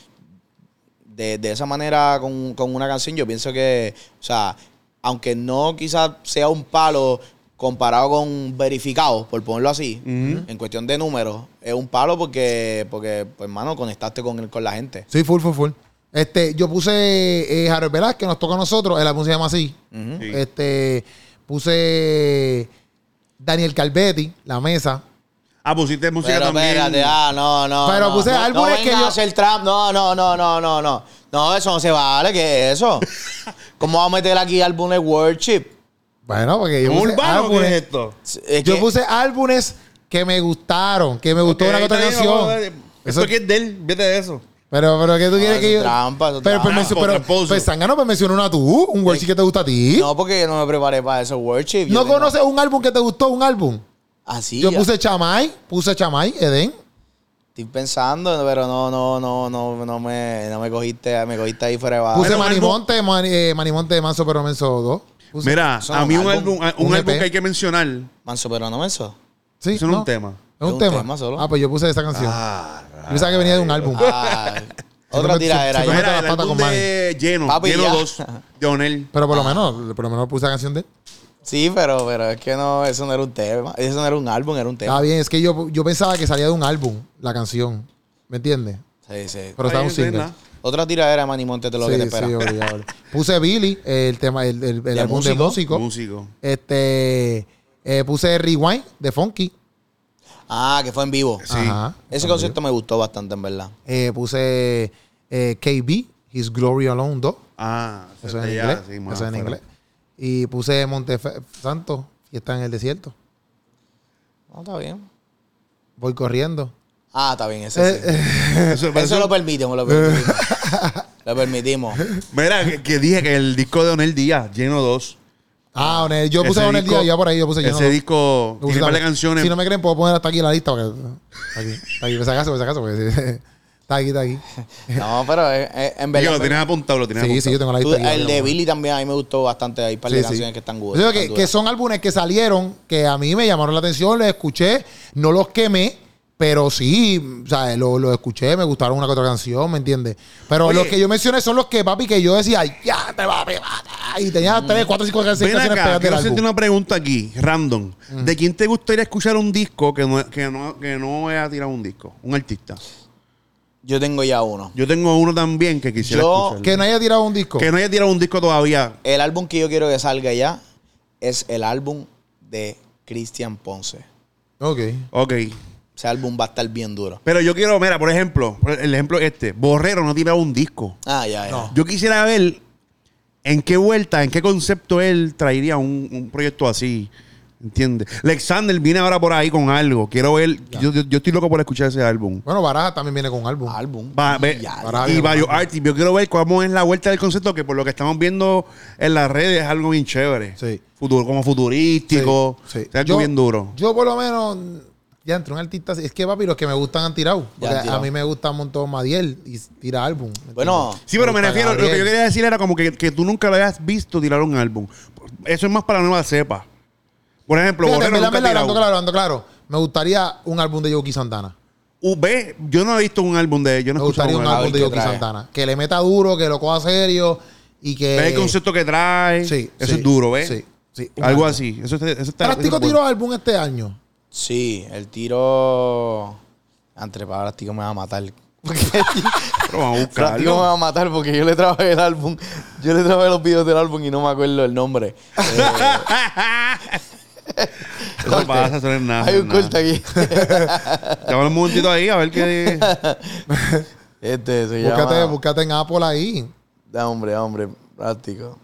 D: de esa manera con, con una canción, yo pienso que, o sea, aunque no quizás sea un palo comparado con verificado, por ponerlo así, en cuestión de números, es un palo porque, porque pues, hermano, conectaste con, el- con la gente.
B: Sí, full, full, full. Este, yo puse eh, Harold Velázquez, nos toca a nosotros. El álbum se llama así.
D: Ujú.
C: Sí.
B: Este, puse eh, Daniel Calvetti, La Mesa.
C: Ah, pusiste música
D: Pero
C: también.
D: espérate, ah, no, no.
B: Pero
D: no,
B: puse
D: no,
B: álbumes
D: no vengas
B: que yo-
D: a hacer trap, no, no, no, no, no, no. No, eso no se vale, ¿qué es eso? ¿Cómo vamos a meter aquí álbumes worship?
B: Bueno, porque yo
C: ¿Un
B: puse,
C: urbano qué
B: álbumes,
C: es esto?
D: Es
B: yo
D: que-
B: puse álbumes que me gustaron, que me gustó
C: Ok,
B: una que otra
C: está bien, vamos a ver.
B: canción.
C: eh, Esto
B: Eso-
C: aquí es de él, vete de eso.
B: Pero, pero, ¿qué tú quieres
D: eso
B: que yo...?
D: es trampa, eso es
B: pero, pues,
D: trampa.
B: mencio- pero,
C: Tramposo.
B: pues, Sangano, pues, menciona una tú, un worship que te gusta a ti.
D: No, porque yo no me preparé para eso, worship. Yo
B: ¿No
D: tengo-
B: conoces un álbum que te gustó, un álbum?
D: Así.
B: Yo
D: ya.
B: puse Chamay, puse Chamay, Edén.
D: Estoy pensando, pero no, no, no, no, no me, no me cogiste, me cogiste ahí fuera de base.
B: Puse
C: Bueno,
B: Manny
C: álbum-
B: Monte, Mani- eh, Manny Monte de Manso pero Menso 2. Puse-
C: Mira,
D: son
C: a mí un álbum,
D: álbum,
C: un,
B: un
C: álbum
B: EP.
C: que hay que mencionar.
D: Manso, pero no menso.
B: Sí,
C: Eso no es
B: no.
C: un tema.
B: Es un tema.
D: solo.
B: Ah, pues yo puse esa canción.
C: Ah,
B: yo pensaba que venía de un álbum.
D: Ah, otra
B: Se-
D: tiradera.
B: se- se-
D: ya.
B: mete
C: Mira,
B: la
C: el
B: pata
C: álbum
B: con
C: de Lleno,
D: Papi,
C: Lleno
D: ya.
C: 2, de Onel.
B: Pero por lo menos, por lo menos puse la canción de él.
D: Sí, pero, pero es que no, eso no era un tema. Eso no era un álbum, era un
B: Está
D: tema.
B: bien, es que yo, yo pensaba que salía de un álbum la canción. ¿Me entiendes?
D: Sí, sí.
B: Pero estaba un
C: Está bien,
B: single.
C: está bien,
D: Otra tiradera de Manny Montes de lo
B: sí,
D: que te espera.
B: sí, obligado. Puse Billy, el tema, el, el- el
D: De
B: álbum de
D: músico.
B: músico.
C: Músico.
B: Este eh, puse Rewind de Funky.
D: Ah, que fue en vivo.
C: Sí.
D: Ese concierto me gustó bastante, en verdad.
B: Eh, puse eh, KB, His Glory Alone 2.
C: Ah,
B: Eso es
C: ya,
B: en inglés.
C: sí, más
B: eso es en
C: afuera.
B: inglés. Y puse Monte Santo, Fiesta en el Desierto.
D: No, está bien.
B: Voy corriendo.
D: Ah, está bien,
B: Eh,
D: ese sí.
C: Eso, pero
D: Eso
C: eso-
D: lo permitimos, lo permitimos. lo permitimos.
C: mira, que, que dije que el disco de Onel Díaz, Lleno 2.
B: Ah, Onel, yo puse
C: ese
B: Onel
C: disco-
B: Díaz, yo por ahí, yo puse yo no
C: Ese
B: lo-
C: disco
B: lo puse
C: tiene varias
B: también.
C: canciones.
B: Si no me creen, puedo poner hasta aquí la lista. Porque, aquí, está aquí, por si acaso, por si acaso. Porque, sí, está aquí, está aquí.
D: No, pero eh, eh, en
C: Digo,
D: verdad.
C: lo tienes apuntado, lo tienes
B: Sí, sí, yo tengo la
D: tú-
B: lista. aquí,
D: el de
B: obviamente.
D: Billy también a mí me gustó bastante. Hay un par de
B: Sí, sí.
D: canciones que están
B: Yo
D: good.
B: digo
D: están
B: que, que
D: duras.
B: son álbumes que salieron, que a mí me llamaron la atención, los escuché, no los quemé, pero sí, o sea, lo- los escuché, me gustaron una que otra canción, ¿me entiendes? Pero
C: Oye.
B: los que yo mencioné son los que, papi, que yo decía, "Ay, ya te papi, mata", y tenía tres, cuatro, cinco, seis
C: Ven
B: canciones
C: acá,
B: pegadas del
C: quiero hacerte
B: álbum.
C: una pregunta aquí, random. ¿De quién te gustaría escuchar un disco que no, que no, que no haya tirado un disco? Un artista.
D: Yo tengo ya uno.
C: Yo tengo uno también que quisiera
D: Yo-
C: escuchar.
B: Que no haya tirado un disco.
C: Que no haya tirado un disco todavía.
D: El álbum que yo quiero que salga ya es el álbum de Cristian Ponce.
B: Ok.
C: Ok.
D: Ese álbum va a estar bien duro.
C: Pero yo quiero, mira, por ejemplo, por el ejemplo este, Borrero no ha tirado un disco.
D: Ah, ya, ya.
B: No.
C: Yo quisiera ver en qué vuelta, en qué concepto él traería un, un proyecto así. ¿Entiendes? Alexander viene ahora por ahí con algo. Quiero ver. Yo, yo- yo estoy loco por escuchar ese álbum.
B: Bueno, Baraja también viene con un álbum.
D: Álbum.
C: Va- ve-
D: Ya,
B: Baraja
C: y
B: viene con
C: varios
B: álbum.
C: artistas. Yo quiero ver cómo es la vuelta del concepto, que por lo que estamos viendo en las redes es algo bien chévere.
B: Sí.
C: Futuro, como futurístico.
B: Sí, sí.
C: Es algo bien duro.
B: Yo por lo menos, ya entre un artista, es que papi, los que me gustan han tirado. Porque
D: han tirado.
B: A mí me gusta un montón Madiel y tira álbum. ¿me
D: Bueno,
C: Sí, pero me
B: Gusta
C: refiero, lo que yo
B: Gabriel.
C: quería decir era como que, que tú nunca lo habías visto tirar un álbum. Eso es más para la nueva cepa. Por ejemplo,
B: Fíjate,
C: Borrero
B: mira,
C: nunca ha
B: mira,
C: tirado.
B: hablando claro, hablando claro. Me gustaría un álbum de Yoki Santana.
C: V, yo no he visto un álbum de yo no
B: Me
C: he escuchado
B: gustaría un
C: un álbum.
B: álbum de
D: que
B: Yoki
D: trae.
B: Santana. Que le meta duro, que lo coja serio y que.
C: Ve el concepto que trae.
B: Sí,
C: eso
B: sí,
C: es duro, ¿ves?
B: Sí, sí. Un
C: Algo
B: álbum.
C: así. Eso, está- eso está.
B: Práctico
C: eso es
B: tiró
C: bueno.
B: álbum este año.
D: sí, el tiro. Entre palabras, tío, me va a matar.
C: Pero vamos a
D: Práctico me
C: buscarlo.
D: va a matar porque yo le trabajé el álbum. Yo le trabajé los videos del álbum y no me acuerdo el nombre.
C: Ah,
D: Eh,
C: Eh. eso pasa, eso no es nada.
D: hay un
C: nada.
D: corte aquí.
C: Llámalo un momentito ahí a ver qué.
D: Este se llama.
B: Búscate, búscate en Apple ahí.
D: Da, hombre, da, hombre, práctico.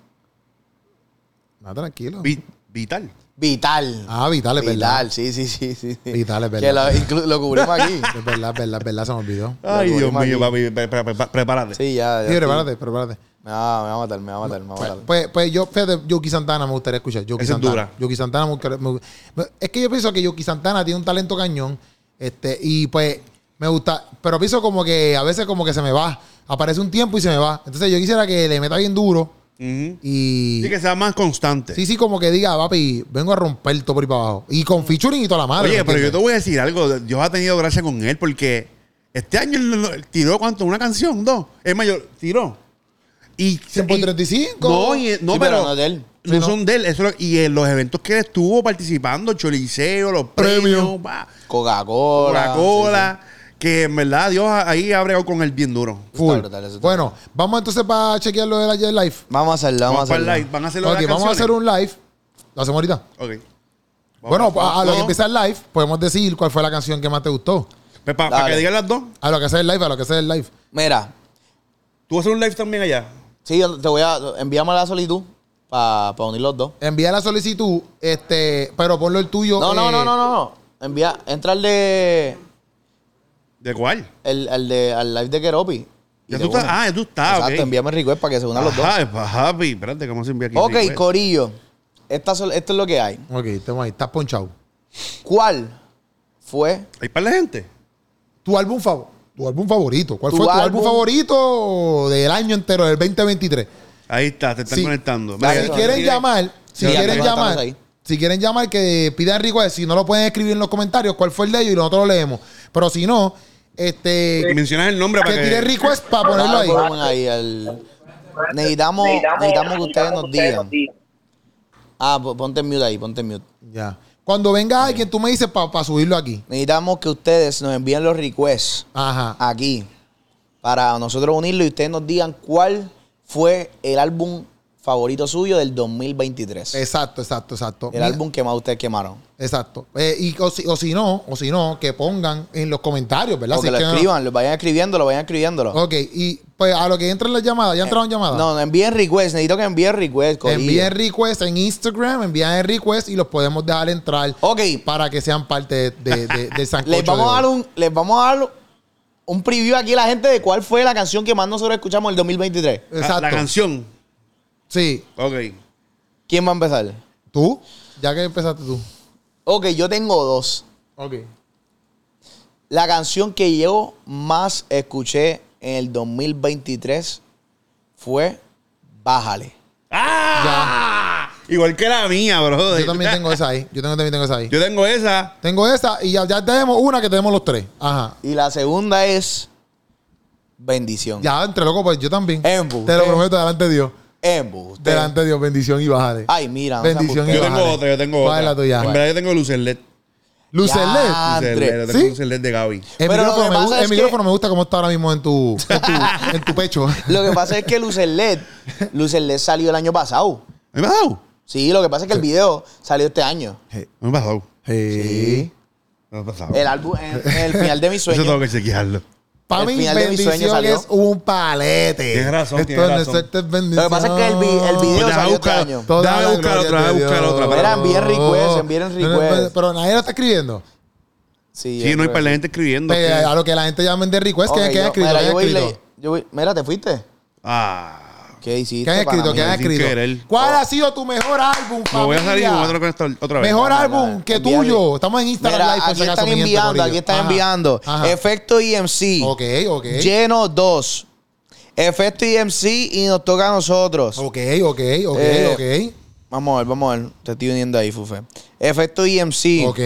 B: No, tranquilo.
C: Vi- Vital.
D: Vital.
B: Ah, Vital, es verdad.
D: Vital, sí, sí, sí, sí. sí.
B: Vital, es
D: Que
B: verdad.
D: lo, inclu- lo cubrimos aquí.
B: Es verdad, es verdad, es verdad, se me olvidó.
C: Ay, Dios
D: cubrimos
C: mío,
D: aquí.
C: papi. pre- pre- pre- Prepárate.
D: Sí, ya. ya
B: Sí,
D: estoy-
B: prepárate, prepárate.
D: Me va, me va a matar, me va a matar, me va a
B: Pues,
D: matar.
B: pues, pues yo, fíjate, Yoki Santana me gustaría escuchar. Yoki
C: Esa es
B: Santana.
C: dura.
B: Yoki Santana me gustaría- me- me- Es que yo pienso que Yoki Santana tiene un talento cañón. Este, y pues me gusta. Pero pienso como que a veces como que se me va. Aparece un tiempo y se me va. Entonces yo quisiera que le meta bien duro.
C: Ujú.
B: Y.
C: Sí, que sea más constante.
B: Sí, sí, como que diga, papi, vengo a romper todo por ahí para abajo. Y con featuring y toda la madre.
C: Oye,
B: ¿me
C: pero yo te
B: entiendes?
C: voy a decir algo. Dios ha tenido gracia con él porque este año él- él tiró cuánto, una canción, dos. Es mayor, tiró. Y,
B: 100 por
C: y-
B: 35.
C: No, y- pues, no,
D: Sí,
C: pero,
D: no de él.
C: no
B: Sí, no.
C: son de él. Eso, lo- y en los eventos que él estuvo participando, Choliseo, los premios,
B: Premio.
C: pa,
D: Coca-Cola.
C: Coca-Cola, que en verdad Dios ahí ha bregado con él bien duro.
B: Full.
D: Está brutal, eso está
B: bueno, vamos entonces para chequear lo del ayer live.
D: sí. Vamos a hacerlo, vamos, a
C: Vamos para el
D: hacerlo.
C: live. Van a hacer
B: Ok, vamos a hacer un live. Lo hacemos ahorita. Bueno, pues, a, a lo que empieza el live, podemos decir cuál fue la canción que más te gustó.
C: Para
D: Dale.
C: Pues, que digan las dos,
B: A lo que sea el live, a lo que sea el live.
D: Mira,
C: tú vas a hacer un live también allá.
D: sí, yo te voy a. Envíame la solicitud para unir los dos.
B: Envía la solicitud, este, pero ponlo el tuyo.
D: No, no,
B: eh,
D: no, no, no. no. Envía, entra al de.
C: ¿De cuál?
D: El, al de al live de Keropi. Y
C: Ya
D: te
C: tú estás-
D: unes.
C: ah, ya tú estás,
D: Exacto,
C: ok.
D: envíame el request para que se unan los dos.
C: Ajá, es pa- papi, espérate, ¿cómo se envía aquí?
D: Ok,
C: Sí, pues.
D: Corillo. Esta sol- esto es lo que hay.
B: Ok, estamos ahí, estás ponchado.
D: ¿Cuál fue
C: Hay par de gente.
B: Tu álbum favorito. Tu álbum favorito. ¿Cuál
D: Tu
B: fue tu álbum?
D: álbum-
B: favorito del año entero, del 2023?
C: Ahí está, te están
B: Sí.
C: conectando.
D: Dale,
C: Mira,
B: si
D: eso,
B: quieren
C: tiene-
B: llamar, si
D: Sí,
B: quieren
D: ya estamos
B: llamar,
D: ahí.
B: si quieren llamar, que pidan rico si no lo pueden escribir en los comentarios cuál fue el de ellos y nosotros lo leemos. Pero si no,
C: Y
B: este
C: mencionas el nombre
B: que
C: para que.
B: tiren request para ponerlo
D: Dale
B: ahí.
D: volumen ahí al- necesitamos, necesitamos, que ustedes nos digan. Ah, po- ponte en mute ahí, ponte en mute.
B: Ya. Cuando venga alguien, tú me dices para subirlo aquí.
D: Necesitamos que ustedes nos envíen los requests
B: Ajá.
D: aquí para nosotros unirlo y ustedes nos digan cuál fue el álbum favorito suyo del 2023.
B: Exacto, exacto, exacto.
D: el
B: Mira,
D: álbum que más ustedes quemaron.
B: Exacto. Eh, y, o, si, o si no, o si no, que pongan en los comentarios, ¿verdad?
D: O que
B: Si
D: lo
B: es que no-
D: escriban, lo vayan escribiéndolo, vayan escribiéndolo.
B: Ok, y pues a lo que entran las llamadas, ¿ya entraron llamadas?
D: Eh, No, no, envíen request, necesito que envíen request. corillo.
B: Envíen request en Instagram, envíen request y los podemos dejar entrar
D: Ok,
B: para que sean parte de, de, de- del sancocho.
D: les vamos,
B: de
D: a dar
B: hoy.
D: un, les vamos a dar un preview aquí a la gente de cuál fue la canción que más nosotros escuchamos en el 2023.
C: La-
B: Exacto.
C: La canción.
B: Sí.
C: Ok.
D: ¿Quién va a empezar?
B: ¿Tú? Ya que empezaste tú.
D: Ok, yo tengo dos.
B: Ok.
D: La canción que yo más escuché en el 2023 fue Bájale.
C: ¡Ah! Igual que la mía, bro.
B: Yo también tengo esa ahí. Yo tengo- también tengo esa ahí.
C: Yo tengo esa.
B: Tengo esa y ya, ya tenemos una que tenemos los tres. Ajá.
D: Y la segunda es Bendición.
B: Ya, entre loco, pues yo también.
D: Embuste.
B: Te lo prometo, delante de Dios.
D: Embuste.
B: Delante de Dios, bendición y bájale.
D: Ay, mira. no
B: Bendición
D: sean
C: Yo
B: y bájale.
D: ustedes.
C: tengo otra, yo tengo otra.
B: ¿Cuál es la tuya?
C: En verdad, yo tengo Lucer LED.
B: Lucerlet.
D: Ya. André.
C: Lucer LED, yo tengo
B: ¿Sí?
C: Lucer LED de Gaby.
B: El
D: Pero lo
B: micrófono,
D: que
B: me,
D: pasa
B: gu-
D: es
B: el
D: que-
B: micrófono me gusta cómo está ahora mismo en tu, en tu, en tu pecho.
D: Lo que pasa es que Lucer LED, Lucer LED salió el año pasado.
C: ¿Me he bajado?
D: Sí, lo que pasa es que el video salió este año.
C: No me he bajado.
B: Sí.
C: No me he pasado.
D: El álbum, en- en el final de mi
C: Eso tengo
D: sueño.
C: que chequearlo.
B: Para
D: El
B: mí,
D: final de mis
B: bendición
D: sueños salió.
B: es un palete.
C: Tienes razón,
B: Esto
C: tienes
B: no es
C: razón.
B: suerte, es bendición.
D: Lo que pasa es que el vi- el video-
C: Pues déjame
D: salió este
C: buscar,
D: año.
B: Toda
C: déjame
B: la
C: buscar
B: gloria
C: otra,
B: de
C: déjame buscar
B: Dios.
C: otra.
D: Mira,
C: para-
D: envíen request, envíen
B: No, no,
D: request.
B: pero- Pero nadie lo está escribiendo.
D: Sí,
C: Sí,
D: yo
C: no hay
D: creo
C: par de
D: que-
C: gente escribiendo.
B: Pues,
C: que-
B: a lo que la gente llamen de request,
D: Ok,
B: que que han
D: yo-
B: escrito?
D: mira,
B: que
D: yo
B: han
D: voy y le-
B: escrito?
D: yo voy- Mira, ¿te fuiste?
C: Ah.
D: ¿Qué hiciste?
B: ¿Qué han escrito?
D: pana
B: ¿Qué
D: mía?
B: han
C: Sin
B: escrito?
C: querer.
B: ¿Cuál ha sido tu mejor álbum,
C: Me voy a salir y me voy a
B: familia?
C: trocar esto otra vez.
B: Mejor
D: Dale,
B: álbum
D: dale.
B: que
D: Envíale.
B: tuyo. Estamos en Instagram
D: Mira,
B: Live. por
D: aquí
B: si acaso,
D: están
B: mi gente,
D: enviando,
B: corillo.
D: aquí están
B: Ajá,
D: enviando.
B: ajá.
D: Efecto IMC.
B: Ok, ok.
D: Lleno 2. Efecto IMC y nos toca a nosotros.
B: Ok, ok, ok,
D: Eh,
B: ok.
D: Vamos a ver, vamos a ver. Te estoy uniendo ahí, Fufe. Efecto E IMC.
B: Ok.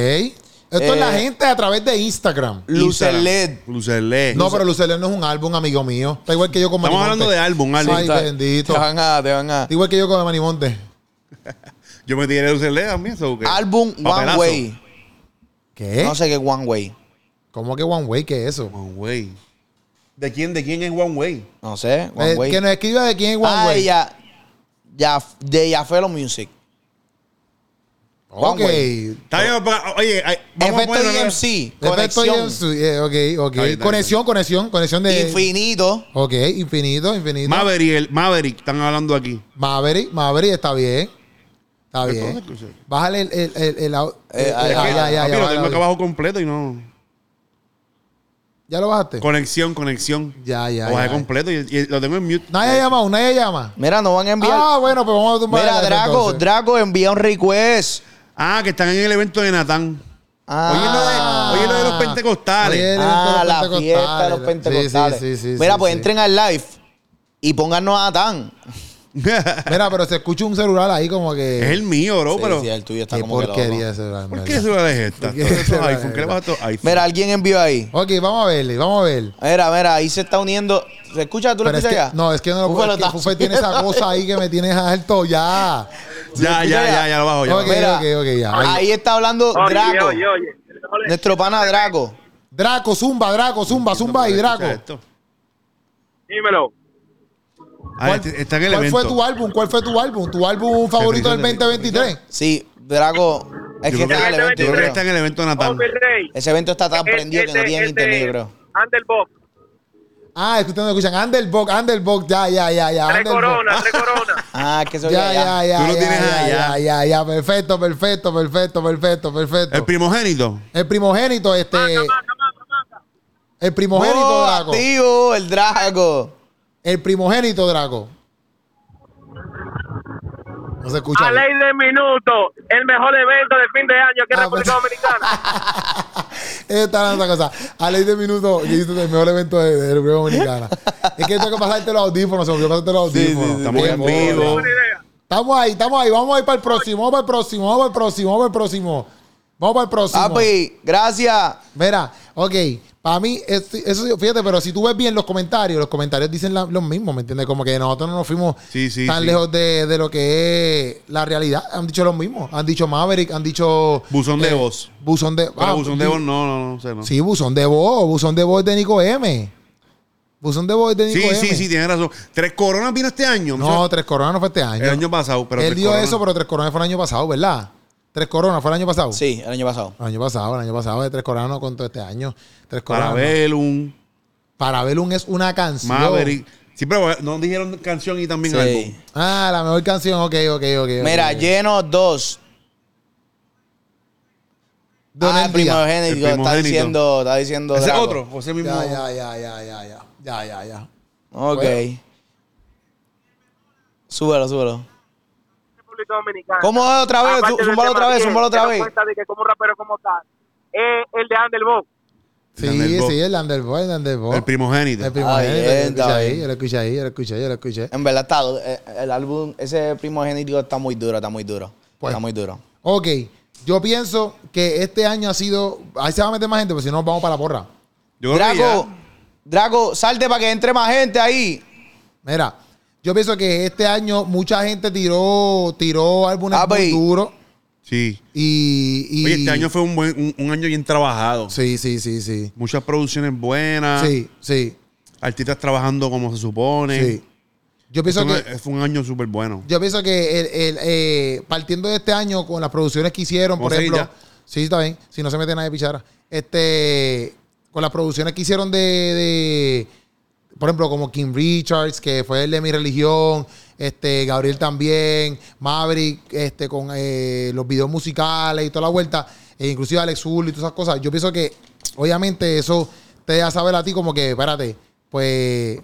B: Esto es la
D: Eh,
B: gente a través de Instagram.
D: Lucer LED.
C: Lucerlet.
B: No, pero Lucelén no es un álbum, amigo mío. Está igual que yo con
C: Estamos hablando de
B: Manimonte.
C: álbum, álbum.
B: Ay, bendito.
D: Te van a, te van a.
B: Está igual que yo con Manimonte.
C: Yo me tiré Lucerlet también, ¿so qué?
D: Álbum One
C: Papelazo.
D: Way.
B: ¿Qué?
D: No sé qué es One Way.
B: ¿Cómo que One Way? ¿Qué es eso?
C: One Way. ¿De quién, de quién es One Way?
D: No sé. One
B: Eh,
D: Way.
B: que nos escriba de quién es One
D: ah,
B: Way.
D: Ya, ya, de Yafelo Music.
B: Ok.
D: One Way.
C: Está bien, papá. oye, ay, vamos a
D: Efecto
C: poner una-
D: IMC.
B: Perfecto,
D: Conexión.
B: Jensu. Eh, ok, ok.
C: Está bien, está
B: conexión, conexión, conexión de.
D: Infinito.
B: Ok, infinito, infinito.
C: Maverick, el- Maverick, están hablando aquí.
B: Maverick, Maverick, está bien. Está
C: Pero todo
B: bien.
C: se escucha.
B: Bájale el. el, el, el au-
D: Eh,
B: eh,
D: ahí,
B: eh, ah,
D: ahí,
B: ya, ya,
C: Papi,
B: ya,
C: lo
B: bájale
C: tengo
B: audio.
C: acá abajo completo y no.
B: ¿Ya lo bajaste?
C: Conexión, conexión.
B: Ya, ya.
C: Lo bajé
B: ya.
C: completo y, y lo tengo en mute.
B: Nadie ha llamado, nadie llama.
D: Mira, nos van a enviar.
B: Ah, bueno, pues vamos a tumbar.
D: Mira,
B: el-
D: Draco,
B: entonces.
D: Draco envía un request.
C: Ah, que están en el evento de Natán.
D: Ah,
C: Oye, lo de los pentecostales.
B: Oye, el evento de
D: Ah,
B: los
D: la fiesta de los
B: pentecostales.
D: pentecostales.
B: Sí, sí, sí, sí,
D: Mira,
B: sí,
D: pues
B: sí.
D: entren al live y pónganos a Tan.
B: Mira, pero se escucha un celular ahí como que.
C: es el mío, bro, Oh, pero.
D: Sí, sí, el tuyo está
B: Qué
D: como que
B: porquería
D: loco.
B: ese celular.
C: ¿Por
B: en
C: qué
B: verdad.
C: celular es esta?
B: ¿Por qué
C: Todos estos
B: celular es
C: iPhone, ¿qué le
B: esta?
C: pasa a estos iPhone?
D: Mira, alguien envió ahí.
B: Ok, vamos a verle, vamos a ver.
D: Mira, mira, ahí se está uniendo. ¿Se escucha? ¿Tú lo
B: Pero es
D: escuchas
B: que-
D: ya?
B: no, es que no lo
D: Ufa,
B: puedo.
D: lo
B: Es que
D: está
B: Fufé tiene esa
D: haciendo.
B: cosa ahí que me tienes alto ya.
C: ya, ya, ya, ya lo bajo. Ya
B: Ok.
C: lo bajo.
D: Mira,
B: ok, ya, ahí.
D: ahí está hablando
A: Oye,
D: Draco.
A: oye, oye.
D: Nuestro pana Draco.
B: Draco, zumba, Draco, zumba, zumba y Draco.
C: Escucha esto.
A: Dímelo.
C: Ah, este- está en el
B: ¿Cuál
C: evento.
B: fue tu álbum? ¿Cuál fue tu álbum? ¿Tu álbum favorito del 2023?
D: Sí, Drago. Es
C: Yo
D: que
C: creo que- este
D: está en el evento,
C: Yo creo que
D: yo
C: está
D: creo.
C: en el evento de Natán.
A: Hombre Rey. Este,
D: Ese evento está
A: E-,
D: tan prendido que no tiene internet, yo creo.
A: Ander Bob.
B: Ah, es que ustedes no escuchan. Underbox, Underbox, ya, ya, ya, ya.
A: Tres
B: Underbox.
A: coronas, tres coronas.
D: Ah, que se oye
B: Ya, ya,
D: allá.
B: ya.
C: Tú lo
B: ya,
C: tienes
B: ya,
C: allá.
B: Ya, ya, ya. Perfecto, perfecto, perfecto, perfecto, perfecto.
C: El primogénito.
B: El primogénito, este.
A: Maca, maca, maca.
B: El primogénito,
D: Oh,
B: Draco.
D: activo, el Drago.
B: El primogénito, Draco. No se escucha.
A: A
B: bien.
A: ley de minuto, el mejor evento de fin de año que
B: Ah,
A: es
D: pues.
A: República Dominicana.
B: Esta es otra cosa. A ley de minutos, yo hice el mejor evento de, de República Dominicana. es que tengo que pasarte los audífonos, se me olvidó pasarte los
D: Sí, sí, sí,
B: audífonos.
D: sí.
C: Estamos en vivo.
A: Buena idea.
B: Estamos ahí, estamos ahí. Vamos a ir para el próximo, vamos para el próximo, vamos para el próximo, vamos para el próximo. Vamos para el próximo.
D: Papi, gracias.
B: Mira, ok. Para mí, es- eso sí, fíjate, pero si tú ves bien los comentarios, los comentarios dicen la- lo mismo, ¿me entiendes? Como que nosotros no nos fuimos
C: Sí, sí,
B: tan
C: sí.
B: lejos de, de lo que es la realidad. Han dicho lo mismo. Han dicho Maverick, han dicho. eh,
C: Buzón de voz.
B: Buzón de.
C: Pero
B: ah,
C: Buzón de voz, no, no, no sé, no.
B: Sí, buzón de voz, buzón de voz de Nico M. Buzón de voz de Nico
C: Sí,
B: M.
C: sí, sí, tienes razón. ¿Tres coronas vino este año?
B: No, Tres Coronas no fue este año.
C: el año pasado, pero
B: Él
C: Tres
B: dio
C: Coronas-
B: eso, pero Tres Coronas fue el año pasado, ¿verdad? Tres Coronas fue el año pasado.
D: Sí, el año pasado.
B: El año pasado, el año pasado, de Tres Coronas no contó este año. Tres Coronas.
C: Para ver un
B: Parabellum es una canción.
C: Maverick. Sí, pero no dijeron canción y también
D: Sí.
C: álbum.
B: Ah, la mejor canción, ok, ok, ok.
D: Mira,
B: ok.
D: lleno dos.
B: Don Elvia.
D: ah,
C: El
D: primogénito. Está
C: primogénito.
D: diciendo, está diciendo.
C: ¿Ese
D: Draco.
C: otro? ¿O ese mismo?
B: Ya, ya, ya, ya, ya, ya. Ya, ya, ya.
D: Ok.
B: Bueno.
D: Súbelo, súbelo.
A: República Dominicana.
D: ¿Cómo es otra vez?
A: Aparte del
D: Zúmbalo otra
A: tema
D: vez,
A: que-
D: zúmbalo otra
A: que no
D: vez.
A: cuenta de que como un rapero como tal. Eh, el de Anderbo.
B: Sí,
C: Underbow.
B: sí, el Underboy, el Underboy.
C: El primogénito.
B: El primogénito,
D: Ay,
B: yo lo
D: bien,
B: escuché
D: está
B: ahí,
D: bien.
B: yo lo escuché ahí, yo lo escuché, yo lo escuché.
D: En verdad está, eh, el álbum, ese primogénito está muy duro, está muy duro.
B: Pues.
D: Está muy duro.
B: Ok, yo pienso que este año ha sido. Ahí se va a meter más gente, porque si no, nos vamos para la porra.
C: Yo creo que
D: Draco,
C: ya.
D: Draco, salte para que entre más gente ahí.
B: Mira, yo pienso que este año mucha gente tiró tiró álbumes
D: Ah,
B: muy
D: pues.
B: duros.
C: Sí.
B: Y, y-
C: Oye, este año fue un, buen, un, un año bien trabajado.
B: Sí, sí, sí, sí.
C: Muchas producciones buenas.
B: Sí, sí,
C: Artistas trabajando como se supone.
B: sí. Yo pienso
C: Fue
B: que.
C: un- Fue un año súper bueno.
B: Yo pienso que el, el, eh, partiendo de este año con las producciones que hicieron,
C: Vamos
B: por
C: a seguir
B: ejemplo,
C: ya.
B: sí, está bien, si no se mete nadie pichara, este, con las producciones que hicieron de, de, por ejemplo, como Kim Richards, que fue el de mi religión, este, Gabriel también, Maverick, este, con eh, los videos musicales y toda la vuelta, e inclusive Alex Hull y todas esas cosas. Yo pienso que, obviamente, eso te deja saber a ti como que, espérate, pues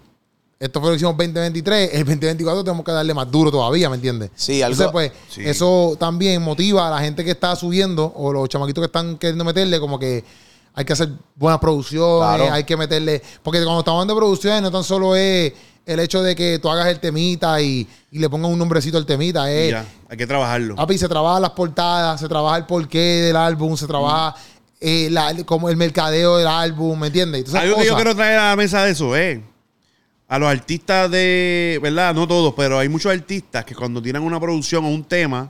B: esto fue lo que hicimos 2023, el 2024 tenemos que darle más duro todavía, ¿me entiendes?
D: Sí, algo-
B: Entonces, pues,
C: Sí.
B: eso también motiva a la gente que está subiendo o los chamaquitos que están queriendo meterle, como que hay que hacer buenas producciones,
D: Claro.
B: hay que meterle. Porque cuando estamos hablando de producciones, no tan solo es el hecho de que tú hagas el temita y, y le pongas un nombrecito al temita,
C: Y
B: es.
C: ya, hay que trabajarlo.
B: Papi, se trabaja las portadas, se trabaja el porqué del álbum, se trabaja eh, la- como el mercadeo del álbum, ¿me entiendes? Y todas esas
C: Algo que yo
B: cosas.
C: quiero traer a la mesa de eso es a los artistas de, ¿verdad? No todos, pero hay muchos artistas que cuando tienen una producción o un tema,